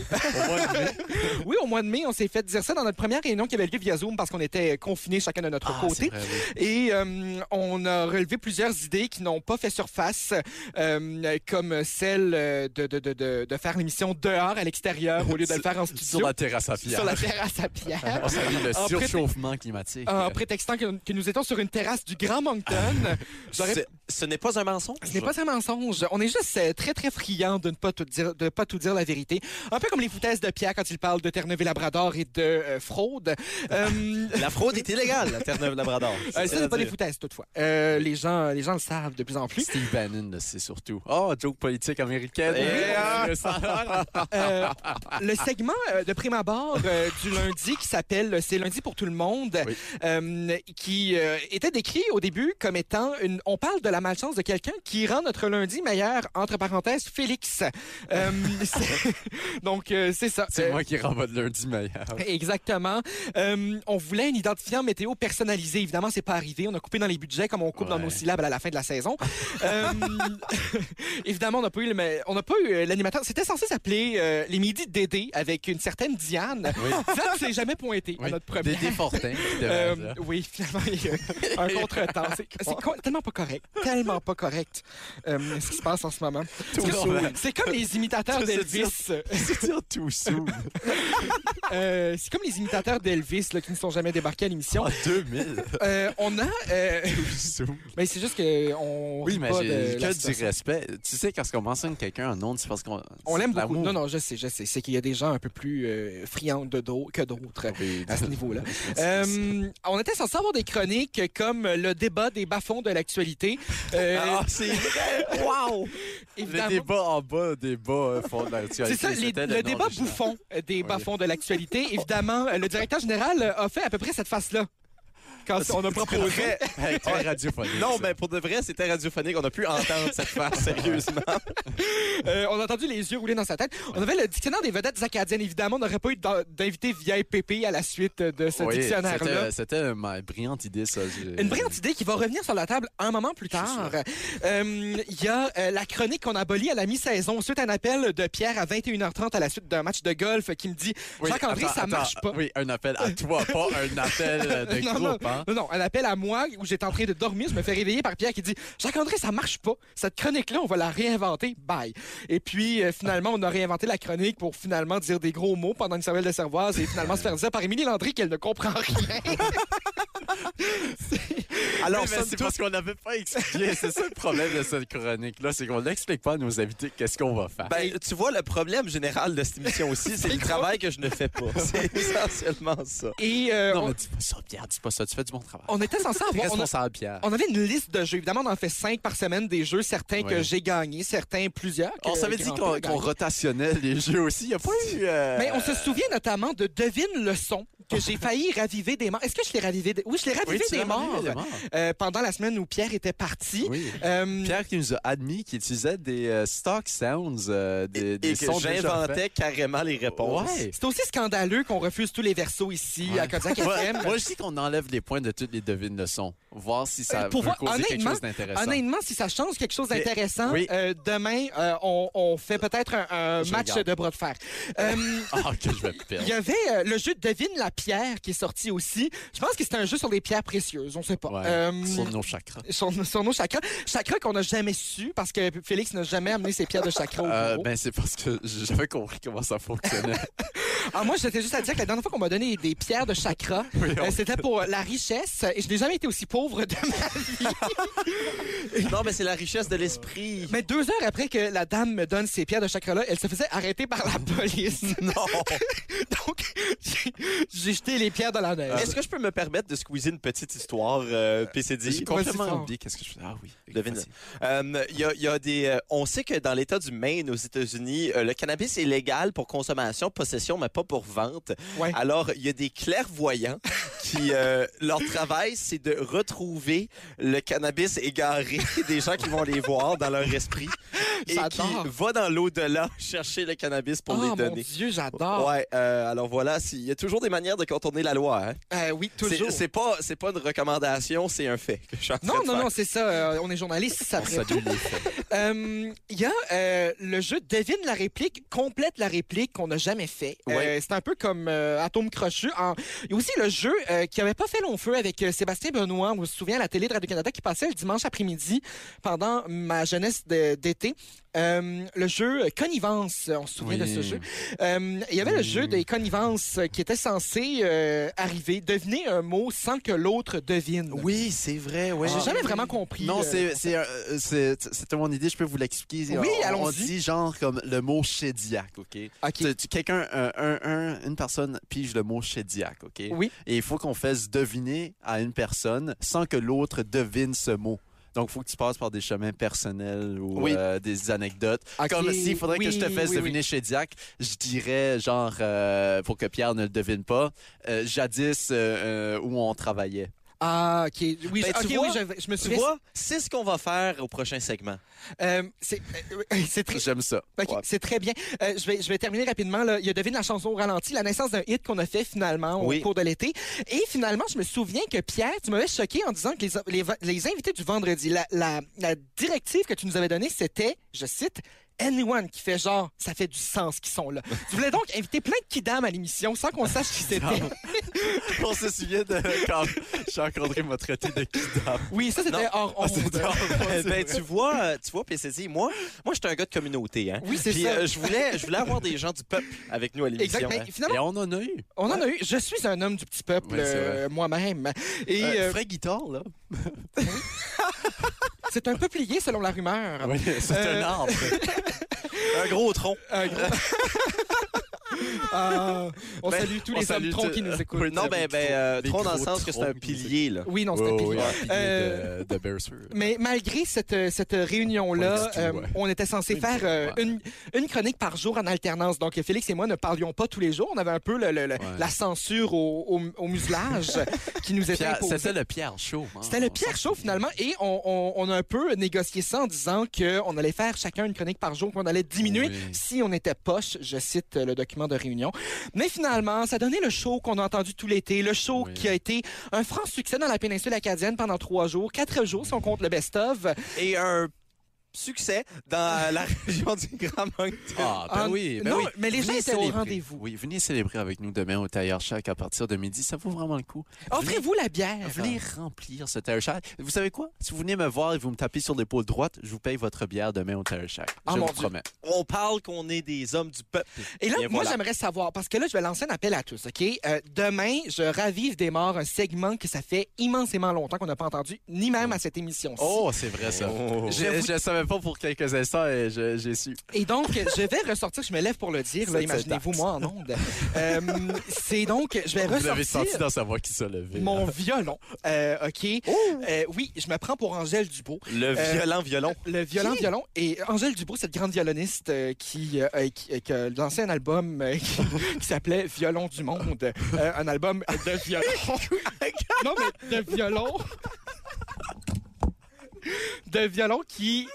C: [laughs] oui, au mois de mai, on s'est fait dire ça dans notre première réunion qui avait lieu via Zoom parce qu'on était confinés chacun de notre
D: Ah,
C: côté.
D: c'est vrai, oui.
C: Et euh, on a relevé plusieurs idées qui n'ont pas fait surface, euh, comme celle euh, de, de, de, de, de faire l'émission dehors à l'extérieur au lieu de le faire en
D: [laughs] Sur
C: studio.
D: la terrasse à pierre.
C: sur la Ah, terrasse à pierre.
D: On salue le
C: En pré-
D: surchauffement climatique.
C: Ah, En prétextant que, que nous étions sur une terrasse du Grand Moncton,
A: Ah,
C: J'aurais-
A: Ce, ce n'est pas un mensonge.
C: ce n'est pas un mensonge. On est juste euh, très, très friand de ne pas tout dire, de pas tout dire la vérité. Un peu comme les foutaises de Pierre quand il parle de Terre-Neuve-et-Labrador et de euh, fraude.
A: [laughs]
C: Euh,
A: La fraude est illégale à [laughs] Terre-Neuve-Labrador.
C: euh, ça,
A: C'est-à-dire-
C: c'est pas des foutaises, toutefois. Euh, les, gens, les gens le savent de plus en plus.
D: Steve Bannon, là, c'est surtout. Oh, joke politique américaine.
A: Eh,
D: Ah,
C: Euh, le segment euh, de prime abord euh, du lundi qui s'appelle C'est lundi pour tout le monde,
D: Oui.
C: euh, qui euh, était décrit au début comme étant une. On parle de la malchance de quelqu'un qui rend notre lundi meilleur, entre parenthèses, Félix. Euh, [laughs] c'est- Donc, euh, c'est ça.
D: C'est
C: Euh,
D: moi qui rends votre lundi meilleur.
C: Exactement. Euh, on voulait un identifiant météo personnalisé. Évidemment, c'est pas arrivé. On a coupé dans les budgets comme on coupe dans
D: Ouais.
C: nos syllabes à la fin de la saison. Euh, [laughs] évidemment, on n'a pas eu, le- mais on n'a pas eu euh, l'animateur. C'était censé s'appeler euh, les midis de Dédé avec une certaine Diane.
D: Oui.
C: [laughs] Ça ne s'est jamais pointé à
D: Oui.
C: notre premier.
D: Dédé Fortin.
C: [laughs]
D: qui devait
C: Euh,
D: dire.
C: oui, finalement, il y a un contretemps. C'est c'est co- tellement pas correct. Tellement pas correct euh, ce qui se passe en ce moment. [laughs]
D: Tout
C: C'est- C'est comme les
D: [laughs]
C: imitateurs
D: Tout se
C: d'Elvis.
D: C'est dire tout [laughs] sous.
C: Euh, c'est comme les imitateurs d'Elvis là, qui ne sont jamais débarqués à l'émission.
D: En 2000.
C: Euh, on a. euh,
D: [laughs] Tout sous.
C: mais c'est juste que on.
D: Oui,
C: rit
D: mais
C: pas
D: j'ai
C: de la
D: que du
C: situation.
D: respect. Tu sais, quand on mentionne quelqu'un en nom, c'est parce qu'on.
C: On
D: c'est
C: l'aime
D: de
C: beaucoup.
D: l'amour. [laughs]
C: Non, non, je sais, je sais. C'est qu'il y a des gens un peu plus euh, friands de dos que d'autres
D: Oui.
C: à ce niveau-là. Euh, on était censé avoir des chroniques comme le débat des bas-fonds de l'actualité. Euh,
D: [laughs] Ah,
C: [laughs]
D: c'est vrai! Wow!
C: évidemment-
D: Le débat en bas, débat euh, fond de l'actualité.
C: C'est ça, les-
D: c'était
C: le
D: nom
C: débat
D: original.
C: bouffon des
D: Oui.
C: bas-fonds de l'actualité. Évidemment, euh, le directeur général euh, a fait à peu près cette face-là quand on a proposé.
D: Hey, Ah, très radiophonique.
A: Non,
D: ça.
A: mais pour de vrai, c'était radiophonique. On a pu entendre cette
D: [laughs]
A: face, sérieusement.
C: Euh, on a entendu les yeux rouler dans sa tête. On avait le dictionnaire des vedettes acadiennes. Évidemment, on n'aurait pas eu d'in- d'invité via EPP à la suite de ce
D: Oui,
C: dictionnaire-là.
D: c'était- euh, C'était ma brillante idée, ça. j'ai-
C: Une brillante idée qui va revenir sur la table un moment plus tard. Euh, Il y a euh, la chronique qu'on abolit à la mi-saison suite à un appel de Pierre à 21h30 à la suite d'un match de golf qui me dit
D: Oui,
C: Jacques-André,
D: attends,
C: ça
D: attends,
C: marche pas.
D: Oui, un appel à toi, pas un appel euh,
C: [laughs]
D: de
C: Non,
D: groupe.
C: non.
D: D'accord.
C: Non, non, un appel à moi où j'étais en train de dormir. Je me fais réveiller par Pierre qui dit Jacques-André, ça marche pas. Cette chronique-là, on va la réinventer. Bye. Et puis, euh, finalement, on a réinventé la chronique pour finalement dire des gros mots pendant que Samuel de Servoise et finalement se faire dire par Émilie Landry qu'elle ne comprend rien.
D: Alors,
A: Alors, somme
D: c'est
A: toute-
D: parce qu'on n'avait pas expliqué. c'est ça le problème de cette chronique-là, c'est qu'on n'explique pas à nos invités qu'est-ce qu'on va faire.
A: Ben, tu vois, le problème général de cette émission aussi, c'est le travail que je ne fais [laughs] pas. C'est essentiellement ça.
C: Et euh,
D: non,
C: on,
D: mais dis pas ça, Pierre, dis pas ça. Tu fais du bon travail.
C: on était censé
D: [laughs] T'es
C: avoir. on a-
D: responsable, Pierre.
C: On avait une liste de jeux. Évidemment, on en fait cinq par semaine des jeux, certains que
D: Ouais.
C: j'ai gagnés, certains plusieurs. que-
D: On s'avait
C: que
D: dit
C: Grand
D: qu'on
C: Prix a
D: qu'on
C: gagné.
D: rotationnait les jeux aussi. Il n'y a pas eu. euh,
C: Mais on se souvient notamment de Devine le son, que
D: [laughs]
C: j'ai failli raviver des morts. Est-ce que je l'ai ravivé? des- Oui, je l'ai
D: Oui,
C: ravivé
D: tu
C: des
D: l'as
C: morts
D: ramené, les morts.
C: euh, pendant la semaine où Pierre était parti.
D: Oui.
C: Euh,
D: Pierre qui nous a admis qu'il utilisait des euh, stock sounds, euh, des, des
A: Et que
D: sons déjà faits.
A: j'inventais carrément les réponses.
D: Ouais.
C: C'est aussi scandaleux qu'on refuse tous les versos ici
D: [laughs] Ouais.
C: à Kodiak
D: Moi,
C: FM.
D: moi, je dis qu'on enlève les points de toutes les devines de son. Voir si ça
C: Euh, pour
D: peut
C: voir-
D: causer quelque
C: honnêtement-
D: chose d'intéressant.
C: Honnêtement, si ça change quelque chose d'intéressant,
D: oui.
C: euh, demain, euh, on, on fait peut-être un, un
D: Je
C: match
D: regarde.
C: de bras de fer.
D: [laughs]
C: Euh,
D: Ah, que je vais perdre.
C: Il y avait euh, le jeu Devine la pierre qui est sorti aussi. Je pense que c'était un jeu sur les pierres précieuses, on sait pas.
D: Ouais,
C: Euh,
D: Sur nos chakras.
C: sur, sur nos chakras. Chakras qu'on n'a jamais su parce que Félix n'a jamais amené ses pierres de chakras au
D: Euh,
C: bureau.
D: ben, c'est parce que j'avais compris comment ça
C: [laughs]
D: fonctionnait.
C: Ah, moi, j'étais juste à dire que la dernière fois qu'on m'a donné des pierres de [laughs] chakras, euh, c'était pour la richesse et je n'ai jamais été aussi pauvre de ma
A: [laughs] Non, mais c'est la richesse de l'esprit.
C: Mais deux heures après que la dame me donne ces pierres de chakras-là, elle se faisait arrêter par la [laughs] police.
A: Non.
C: Donc, j'ai- j'ai jeté les pierres dans la neige.
A: Est-ce que je peux me permettre de squeezer une petite histoire euh, PCD?
D: J'ai complètement
C: Vas-y,
D: oublié qu'est-ce que je faisais. Ah oui.
A: Devine.
D: Vas-y.
A: Euh, il y a- il y a des, euh, on sait que dans l'État du Maine, aux États-Unis, euh, le cannabis est légal pour consommation, possession, mais pas pour vente.
C: Ouais.
A: Alors, il y a des clairvoyants qui,
C: [laughs]
A: euh, leur travail, c'est de retrouver le cannabis égaré [laughs] des gens qui vont les voir dans leur esprit et qui
C: J'adore.
A: va dans l'au-delà chercher le cannabis pour
C: Ah,
A: les
C: mon
A: donner.
C: Dieu, j'adore.
A: Ouais, euh, alors voilà, si- il y a toujours des manières de contourner la loi. hein.
C: Euh, oui, toujours.
A: C'est c'est pas, c'est pas une recommandation, c'est un fait que je suis en train
C: Non,
A: de
C: non,
A: faire.
C: non, c'est ça. euh, on est journaliste, ça après tout. Euh, Il y a euh, le jeu Devine la réplique, complète la réplique qu'on n'a jamais fait. Euh,
A: Ouais.
C: c'est un peu comme euh, Atome Crochu. En- Il y a aussi le jeu euh, qui avait pas fait long feu avec euh, Sébastien Benoît, on se souvient, à la télé de Radio-Canada, qui passait le dimanche après-midi pendant ma jeunesse de- d'été. Euh, le jeu Connivence, on se souvient
D: Oui.
C: de ce jeu. Euh, Il y avait le
D: Oui.
C: jeu des connivences qui était censé euh, arriver, deviner un mot sans que l'autre devine.
A: Oui, c'est vrai, ouais.
C: J'ai jamais vraiment compris.
D: Ah. Non,
C: euh,
D: c'est- c'est, euh, c'est- c'était mon idée, je peux vous l'expliquer.
C: Oui,
D: On- On
C: allons-y.
D: dit genre comme le mot chédiac, OK?
C: OK.
D: Tu- tu- Quelqu'un, un- un- un- une personne pige le mot chédiac, OK?
C: Oui.
D: Et il faut qu'on fasse deviner à une personne sans que l'autre devine ce mot. Donc, il faut que tu passes par des chemins personnels ou
A: Oui.
D: euh, des anecdotes.
C: Ok,
D: Comme s'il faudrait que je te
C: oui,
D: fasse
C: oui,
D: deviner Chédiac, je dirais, genre, euh, pour que Pierre ne le devine pas, euh, jadis euh, euh, où on travaillait.
C: Ah, OK. Oui,
A: Ben,
C: je,
A: tu
C: ok,
A: vois-
C: oui, je, je me
A: Tu
C: souviens.
A: vois, c'est ce qu'on va faire au prochain segment.
C: Euh, c'est euh, euh, c'est très, [laughs]
D: J'aime ça.
C: ok, c'est très bien. Euh, je, vais, je vais terminer rapidement. Là. Il y a devine la chanson au ralenti, la naissance d'un hit qu'on a fait finalement au
A: Oui.
C: cours de l'été. Et finalement, je me souviens que Pierre, tu m'avais choqué en disant que les, les, les invités du vendredi, la, la, la directive que tu nous avais donnée, c'était, je cite, Anyone qui fait genre, ça fait du sens qu'ils sont là.
A: [laughs]
C: Tu voulais donc inviter plein de kidam à l'émission sans qu'on sache qui c'était.
D: On se souvient de quand Jacques-André m'a traité de kidam.
C: Oui, ça c'était hors
D: Ah, c'est
C: onde.
A: [laughs]
D: drôle.
A: ben, tu vois, euh, tu vois, PCD, moi, moi, j'étais un gars de communauté, hein.
C: Oui, c'est
A: Puis,
C: ça.
A: euh, je voulais, je voulais avoir des gens du peuple avec nous à l'émission.
C: Exact. Ben, Mais
A: hein.
C: finalement,
D: Et on en a eu.
C: on en a eu. Je suis un homme du petit peuple
D: Oui, c'est vrai.
C: euh, moi-même. Et
D: Euh,
C: euh,
D: Frais guitare, là.
C: C'est un peuplier selon la rumeur.
D: Oui, [laughs] c'est
C: Euh,
D: un arbre.
A: Un gros tronc.
D: [laughs]
C: Ah, on
A: Ben,
C: salue tous
D: on
C: les hommes
D: salue
C: troncs
D: tout-
C: qui
D: [laughs]
C: nous écoutent.
D: Oui,
A: Non, ben, ben, euh,
D: Des
A: tronc dans le
D: gros
A: sens que c'est un
D: troncs.
A: pilier, là.
C: Oui, non, c'est un
D: Oh,
C: pilier.
D: oui, un pilier
C: Euh,
D: de, de Beresford.
C: Mais malgré cette, euh, cette réunion-là,
D: Ouais, c'est tout,
C: euh,
D: ouais.
C: on était censé
D: Une
C: faire
D: fois,
C: euh,
D: ouais.
C: une, une chronique par jour en alternance. Donc, Félix et moi ne parlions pas tous les jours. On avait un peu le- le- le- la censure au, au- au muselage
D: [laughs]
C: qui nous était
D: Pierre-
C: imposée.
D: euh, C'était le Pierre Chaud. hein.
C: C'était le
D: On
C: Pierre
D: s'en
C: Chaud, finalement, et on, on- on a un peu négocié ça en disant qu'on allait faire chacun une chronique par jour, qu'on allait diminuer
D: Oui.
C: si on était poche, je cite euh, le document de réunion. Mais finalement, ça donnait le show qu'on a entendu tout l'été, le show
D: Oui.
C: qui a été un franc succès dans la péninsule acadienne pendant trois jours, quatre jours si on compte le best-of.
A: Et un succès dans la [laughs] région du Grand Moncton.
D: Ah, ben
C: Ah,
D: oui, ben
C: non,
D: oui.
C: mais les gens
D: Venez
C: étaient au
D: célébrer.
C: rendez-vous.
D: Oui, venez célébrer avec nous demain au Tailleur Shack à partir de midi. Ça vaut vraiment le coup.
C: Offrez-vous la bière.
D: Venez remplir ce Tailleur Shack. Vous savez quoi? Si vous venez me voir et vous me tapez sur l'épaule droite, je vous paye votre bière demain au Tailleur Shack.
A: Oh
C: Ah,
D: je
C: mon
D: vous
C: Dieu.
D: promets.
A: On parle qu'on est des hommes du peuple.
C: Et là,
A: Bien,
C: moi,
A: voilà.
C: j'aimerais savoir, parce que là, je vais lancer un appel à tous, OK? Euh, demain, je ravive des morts un segment que ça fait immensément longtemps qu'on n'a pas entendu, ni même à cette émission-ci.
D: Oh, c'est vrai ça. Je
C: Je vous-
D: ne savais pas pour quelques instants et je- j'ai su.
C: Et donc, je vais ressortir, je me lève pour le dire, là,
D: Ça,
C: imaginez-vous, moi, en ondes. Euh, c'est donc, je vais
D: Vous l'avez
C: ressortir
D: senti dans Oh! sa voix qui se levait.
C: mon violon, Euh, OK? Euh, oui, je me prends pour Angèle Dubois.
A: Le
C: Euh,
A: violent violon.
C: Le violon, violon. Et Angèle Dubois, cette grande violoniste euh, qui, euh, euh, qui- euh, qui a lancé un album euh, [laughs] qui, qui s'appelait Violon du monde. Euh, un album de violon. [laughs] non, mais de violon. de violon qui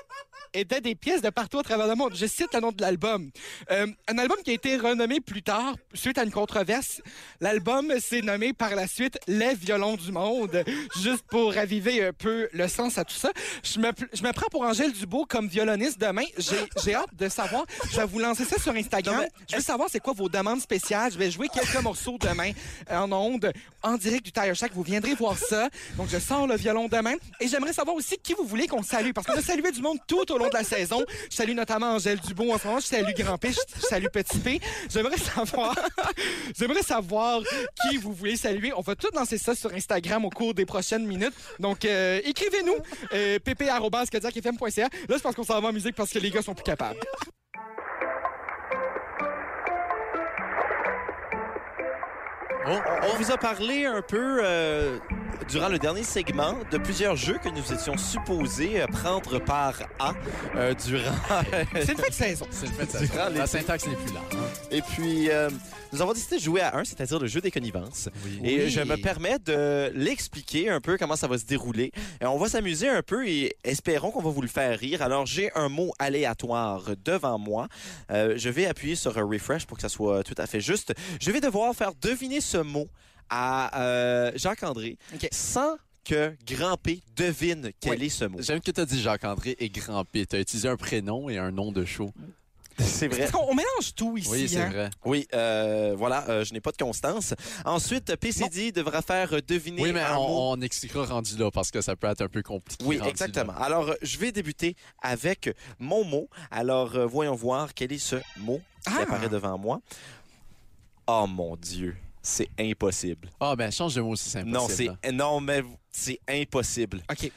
C: était des pièces de partout à travers le monde. Je cite le nom de l'album. Euh, un album qui a été renommé plus tard suite à une controverse. L'album s'est nommé par la suite Les violons du monde, juste pour raviver un peu le sens à tout ça. Je me, je me prends pour Angèle Dubois comme violoniste demain. J'ai- J'ai hâte de savoir. Je vais vous lancer ça sur Instagram. Je veux savoir c'est quoi vos demandes spéciales. Je vais jouer quelques [laughs] morceaux demain euh, en ondes, en direct du Tire Shack. Vous viendrez voir ça. Donc, je sors le violon demain. Et j'aimerais savoir aussi qui vous voulez qu'on salue. Parce qu'on a salué du monde tout au long de la saison. Je salue notamment Angèle Dubois en ce moment. Je salue Grand P. Je salue Petit P. J'aimerais savoir, [laughs] j'aimerais savoir qui vous voulez saluer. On va tout lancer ça sur Instagram au cours des prochaines minutes. Donc, euh, écrivez-nous. Euh, pp.kodiakfm.ca. Là, je pense qu'on s'en va en musique parce que les gars sont plus capables.
A: On, on vous a parlé un peu euh, durant le dernier segment de plusieurs jeux que nous étions supposés euh, prendre part à euh, durant. [laughs]
C: C'est une fin de saison.
D: C'est le fait, ça. La syntaxe n'est plus là.
A: Et puis, euh, nous avons décidé de jouer à un, c'est-à-dire le jeu des connivences. Et euh,
C: Oui.
A: je me permets de l'expliquer un peu comment ça va se dérouler. Et on va s'amuser un peu et espérons qu'on va vous le faire rire. Alors, j'ai un mot aléatoire devant moi. Euh, je vais appuyer sur un refresh pour que ça soit tout à fait juste. Je vais devoir faire deviner ce mot à euh, Jacques-André
C: Ok.
A: sans que Grand P devine quel est ce mot.
D: J'aime que tu as dit Jacques-André et Grand P. Tu as utilisé un prénom et un nom de show.
A: [laughs] C'est vrai.
C: Parce qu'on on mélange tout ici.
D: Oui, c'est
C: hein.
D: vrai.
A: Oui, euh, voilà, euh, je n'ai pas de constance. Ensuite, PCD devra faire deviner
D: Oui, mais
A: un mot.
D: on, on expliquera rendu là parce que ça peut être un peu compliqué.
A: Oui,
D: rendu
A: exactement.
D: là.
A: Alors, euh, je vais débuter avec mon mot. Alors, euh, voyons voir quel est ce mot qui
C: Ah.
A: apparaît devant moi. Oh mon Dieu, c'est impossible.
D: Ah, ben change de mot si c'est impossible. hein?
A: Non, c'est
D: là.
A: non, mais c'est impossible.
C: OK.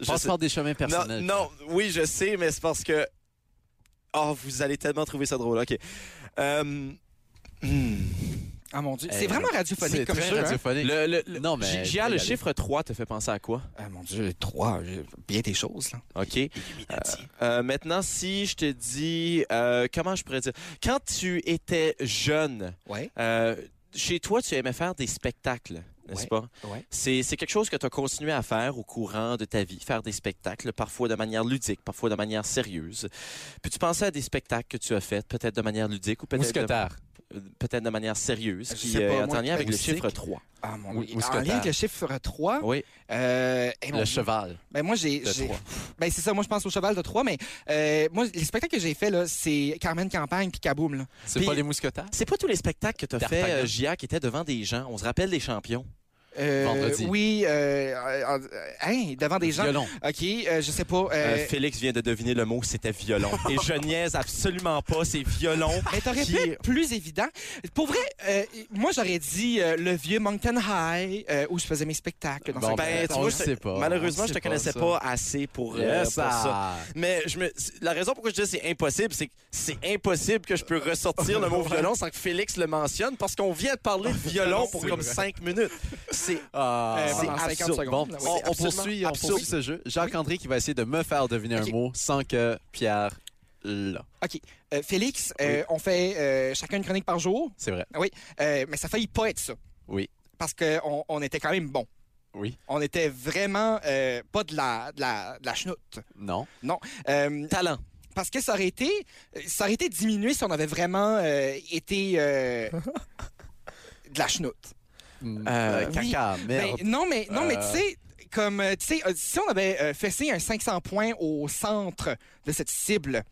A: Je
D: Passe
A: sais-
D: par des chemins
A: non,
D: personnels.
A: non, oui, je sais, mais c'est parce que. Oh, vous allez tellement trouver ça drôle. Ok. Euh, hmm.
C: Ah mon Dieu.
D: Eh,
C: C'est vraiment
D: C'est
C: radiophonique comme
D: très
C: jeu. hein.
D: radiophonique.
A: Le- le-
D: Non, mais
A: J-
D: je
A: JR,
D: vais y
A: le
D: aller.
A: chiffre 3 te fait penser à quoi?
C: Ah mon Dieu, trois. j'ai Bien des choses, là.
A: OK. Euh, euh, maintenant, si je te dis, euh, comment je pourrais dire, quand tu étais jeune,
C: Ouais.
A: euh, chez toi, tu aimais faire des spectacles, n'est-ce
C: Ouais.
A: pas?
C: Ouais.
A: C'est c'est quelque chose que tu as continué à faire au courant de ta vie, faire des spectacles, parfois de manière ludique, parfois de manière sérieuse. Puis tu pensais à des spectacles que tu as faits, peut-être de manière ludique ou peut-être de,
D: Mousquetaire.
A: euh, peut-être de manière sérieuse,
C: Je
A: qui
C: sais pas,
A: euh, est
C: moi,
A: en lien avec le
D: acoustique.
A: chiffre 3.
C: Ah mon
D: Ou-
C: Dieu.
D: ou
C: en
D: Scotland.
C: lien avec le chiffre 3,
A: Oui.
C: euh, eh, mon
D: Oh. Le
C: Dieu.
D: cheval.
C: Ben moi, j'ai...
D: de
C: j'ai-
D: Troie.
C: [laughs] Ben c'est ça, moi, je pense au cheval de 3, mais euh, moi, les spectacles que j'ai faits, là, c'est Carmen Campagne puis Kaboom, là.
D: C'est
A: Puis-
D: pas les mousquetaires?
A: C'est pas tous les spectacles que tu as fait,
D: D'Artagnan.
A: euh, JR, qui étaient devant des gens. On se rappelle des champions.
C: Euh,
D: Vendredi.
C: Oui, euh, euh, euh, hein, devant des gens.
D: Violon.
C: OK, euh, je sais pas. euh,
A: Euh, Félix vient de deviner le mot, c'était
D: [laughs]
A: violon. Et je niaise absolument pas, c'est violon.
C: Mais t'aurais
A: qui-
C: pu être plus évident. Pour vrai, euh, moi, j'aurais dit euh, le vieux Moncton High, euh, où je faisais mes spectacles. Dans
D: Bon,
C: ce
A: Ben, tu vois,
D: on le
C: Euh,
A: je te-
D: sait pas.
A: Malheureusement,
D: On
A: je
D: sait
A: te connaissais
D: ça.
A: pas assez pour, euh,
D: Yes,
A: pour ça.
D: ah.
A: Mais je me... la raison pourquoi je dis c'est impossible, c'est que c'est impossible que je peux
D: [laughs]
A: ressortir le mot violon sans que Félix le mentionne parce qu'on vient de parler de violon pour
D: C'est
A: comme
D: vrai.
A: cinq minutes. C'est
D: Ah.
C: Euh,
A: c'est
C: pendant 50
A: absurde.
C: secondes.
D: Bon,
C: Oui,
D: on, on
A: absolument
D: poursuit, on
A: absurde.
D: poursuit ce jeu. Jacques-André qui va essayer de me faire deviner
C: Ok.
D: un mot sans que Pierre l'a.
C: Euh, Félix, euh, on fait euh, chacun une chronique par jour,
D: C'est vrai.
C: euh, mais ça faillit pas être ça.
D: Oui.
C: Parce qu'on on était quand même bon.
D: Oui.
C: On était vraiment euh, pas de la, de la, de la chenoute.
D: Non.
C: Euh,
A: Talent.
C: parce que ça aurait été ça aurait été diminué si on avait vraiment euh, été euh, de la chenoute.
D: Mm,
A: Euh,
D: caca, merde. Ah,
C: Ben, non, mais, non, mais
D: Euh.
C: tu sais, comme, euh, tu sais, euh, si on avait euh, fessé un 500 points au centre de cette cible,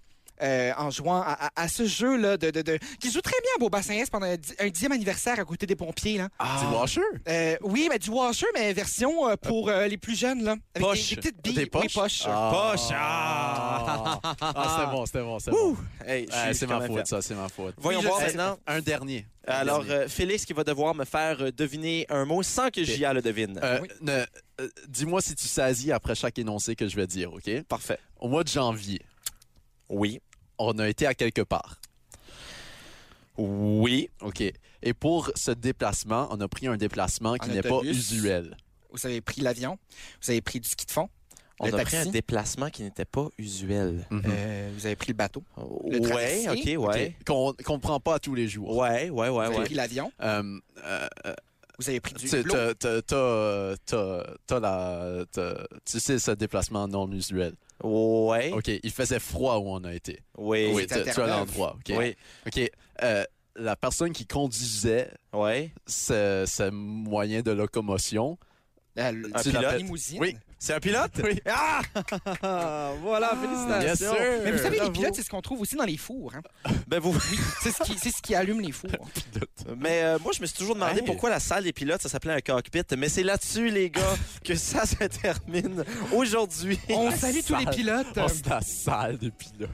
C: euh, en jouant à, à- à ce jeu-là, de, de- de- qui joue très bien à Beaubassin-Est pendant un di- un dixième anniversaire à côté des pompiers. Là.
A: Ah.
D: Du washer?
C: Euh, oui, mais du washer, mais version euh, pour euh, les plus jeunes. Là, avec
A: Poche.
C: Des, des petites billes.
D: Des
C: Oui,
D: poches?
C: poches.
A: Poche!
D: Ah, Ah, c'était bon, c'était bon, c'était bon.
A: [laughs] Hey, je suis-
D: Ah,
A: je suis
D: c'est ma
A: quand même
D: faute,
A: fait.
D: ça, c'est ma faute.
A: Voyons
D: Oui, je
A: voir
D: sais.
A: maintenant.
D: Un dernier. Un
A: Alors,
D: dernier.
A: euh, Félix qui va devoir me faire euh, deviner un mot sans que J.A. le devine.
D: Euh, ne- euh, dis-moi si tu saisis après chaque énoncé que je vais dire, OK?
A: Parfait.
D: Au mois de janvier,
A: Oui.
D: on a été à quelque part,
A: Oui.
D: OK? Et pour ce déplacement, on a pris un déplacement qui
C: Un
D: n'est pas
C: autobus.
D: usuel.
C: Vous avez pris l'avion, vous avez pris du ski de fond,
A: On
C: Le
A: a
C: taxi.
A: pris un déplacement qui n'était pas usuel.
D: Mhm.
C: euh, vous avez pris le bateau,
A: Ah ouais,
C: Le traversier.
A: ok, ouais.
D: OK? Qu'on ne prend pas à tous les jours.
A: Ouais, ouais, ouais,
C: vous avez
A: ouais.
C: pris l'avion,
D: Euh, euh, euh,
C: vous avez pris du
D: tu-
C: l'eau.
D: t'as- t'as- t'as, euh, t'as- t'as la- t'as- tu sais, ce déplacement non usuel.
A: Ouais,
D: OK, il faisait froid où on a été.
A: oui,
D: Oui,
A: oui,
C: c'est
D: tu, tu as
C: Terre-Neuve.
D: l'endroit. OK.
A: oui,
D: OK, euh, la personne qui conduisait
A: ouais.
D: ce, ce moyen de locomotion.
C: Euh, le-
A: un
C: tu
A: pilote.
C: l'as limousine.
D: Oui.
A: C'est un pilote?
C: [laughs]
D: Oui.
A: Ah! voilà, félicitations.
C: Mais vous savez, les
A: Bravo.
C: pilotes, c'est ce qu'on trouve aussi dans les fours. hein.
A: Ben, vous...
C: C'est ce, qui- c'est ce qui allume les hein. fours.
A: Mais euh, moi, je me suis toujours demandé
D: Hey.
A: pourquoi la salle des pilotes, ça s'appelait un cockpit. Mais c'est là-dessus, les
C: [laughs]
A: gars, que ça se termine aujourd'hui.
C: On salue tous les
D: salle.
C: pilotes.
D: Oh, c'est la salle des pilotes.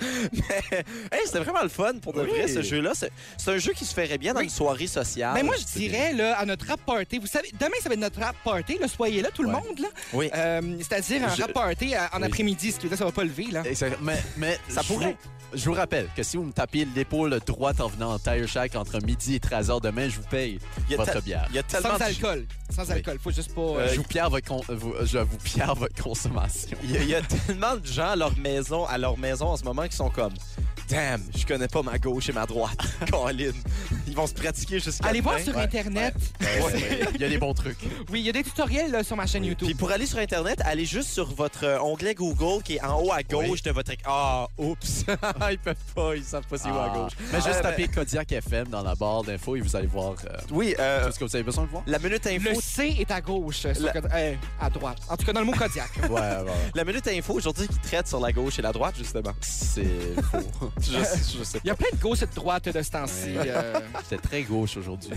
A: Hey, c'était vraiment le fun pour de
D: Oui.
A: vrai, ce jeu-là. C'est c'est un jeu qui se ferait bien dans
C: Oui.
A: une soirée sociale.
C: Mais Ben, moi, je dirais là, à notre rap party, vous savez, demain, ça va être notre rap party, là, soyez là, tout le
D: Ouais.
C: monde. Là.
A: Oui.
C: Euh, C'est-à-dire un
D: Je-
C: rap party à- en
D: Oui.
C: après-midi, ce qui veut dire ça va pas lever. Là.
D: Et ça- mais, mais
A: Ça
D: je
A: pourrait.
D: vous- Je vous rappelle que si vous me tapez l'épaule droite en venant en Tire Shack entre midi et 13h demain, je vous paye
A: Il y a, te-
D: votre bière.
A: il y a tellement
C: Sans
A: de
C: alcool. Sans alcool, faut juste pas. euh,
D: je, vous pierre votre con- vous- je vous pierre votre consommation.
A: Il y, a- [laughs] il y a tellement de gens à leur maison, à leur maison en ce moment qui sont comme Damn, je connais pas ma gauche et ma droite. [laughs] Colin. Ils vont se pratiquer jusqu'à
C: Allez voir
A: demain.
C: sur Internet.
D: Ouais, Il y a des bons trucs.
C: Oui, il y a des tutoriels là, sur ma chaîne YouTube.
A: Puis pour aller sur Internet, allez juste sur votre euh, onglet Google qui est en haut à gauche
D: Oui.
A: de votre... éc- Ah, oups. [laughs] ils peuvent pas, ils savent pas c'est où
C: Ah.
A: à gauche.
D: Ah. Mais juste
A: Euh,
D: tapez Kodiak FM dans la barre d'infos et vous allez voir euh,
A: Oui, euh,
D: tout ce que vous avez besoin de voir.
A: la minute info...
C: Le C est à gauche, sur
A: La-
C: Cod- euh, à droite. En tout cas, dans le mot Kodiak.
D: Ouais, ouais, ouais.
A: La minute info aujourd'hui qui traite sur la gauche et la droite, justement.
D: C'est faux.
A: Je, je sais
C: Il y a plein de gauche et de droite de ce temps-ci. euh,
D: J'étais très gauche aujourd'hui.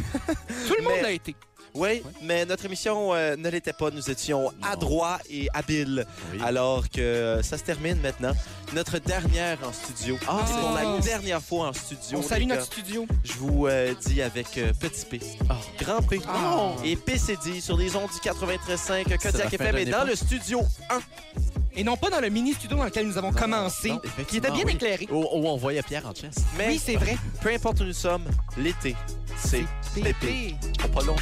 C: tout le monde
A: Mais-
C: a été.
A: Oui, mais notre émission euh, ne l'était pas. Nous étions adroits et habiles.
D: Oui.
A: Alors que euh, ça se termine maintenant. Notre dernière en studio.
C: Ah,
A: Et
C: c'est
A: pour la
C: bon.
A: dernière fois en studio.
C: On
A: les
C: salue
A: gars,
C: notre studio.
A: Je vous euh, dis avec euh, petit P, grand P
C: Ah.
A: et PCD sur les ondes du 93.5
D: la
A: Kodiak
D: fin
A: FM
D: de
A: et dans
D: l'époque.
C: hein?
A: le studio 1.
C: Et non pas dans le mini-studio dans lequel nous avons commencé,
D: non,
C: qui était
D: effectivement,
C: bien
D: oui.
C: éclairé.
D: Où, où on voyait Pierre en chest.
A: Mais
C: Oui, c'est vrai.
A: peu importe où nous sommes, l'été, c'est
C: Pépé.
A: pas long.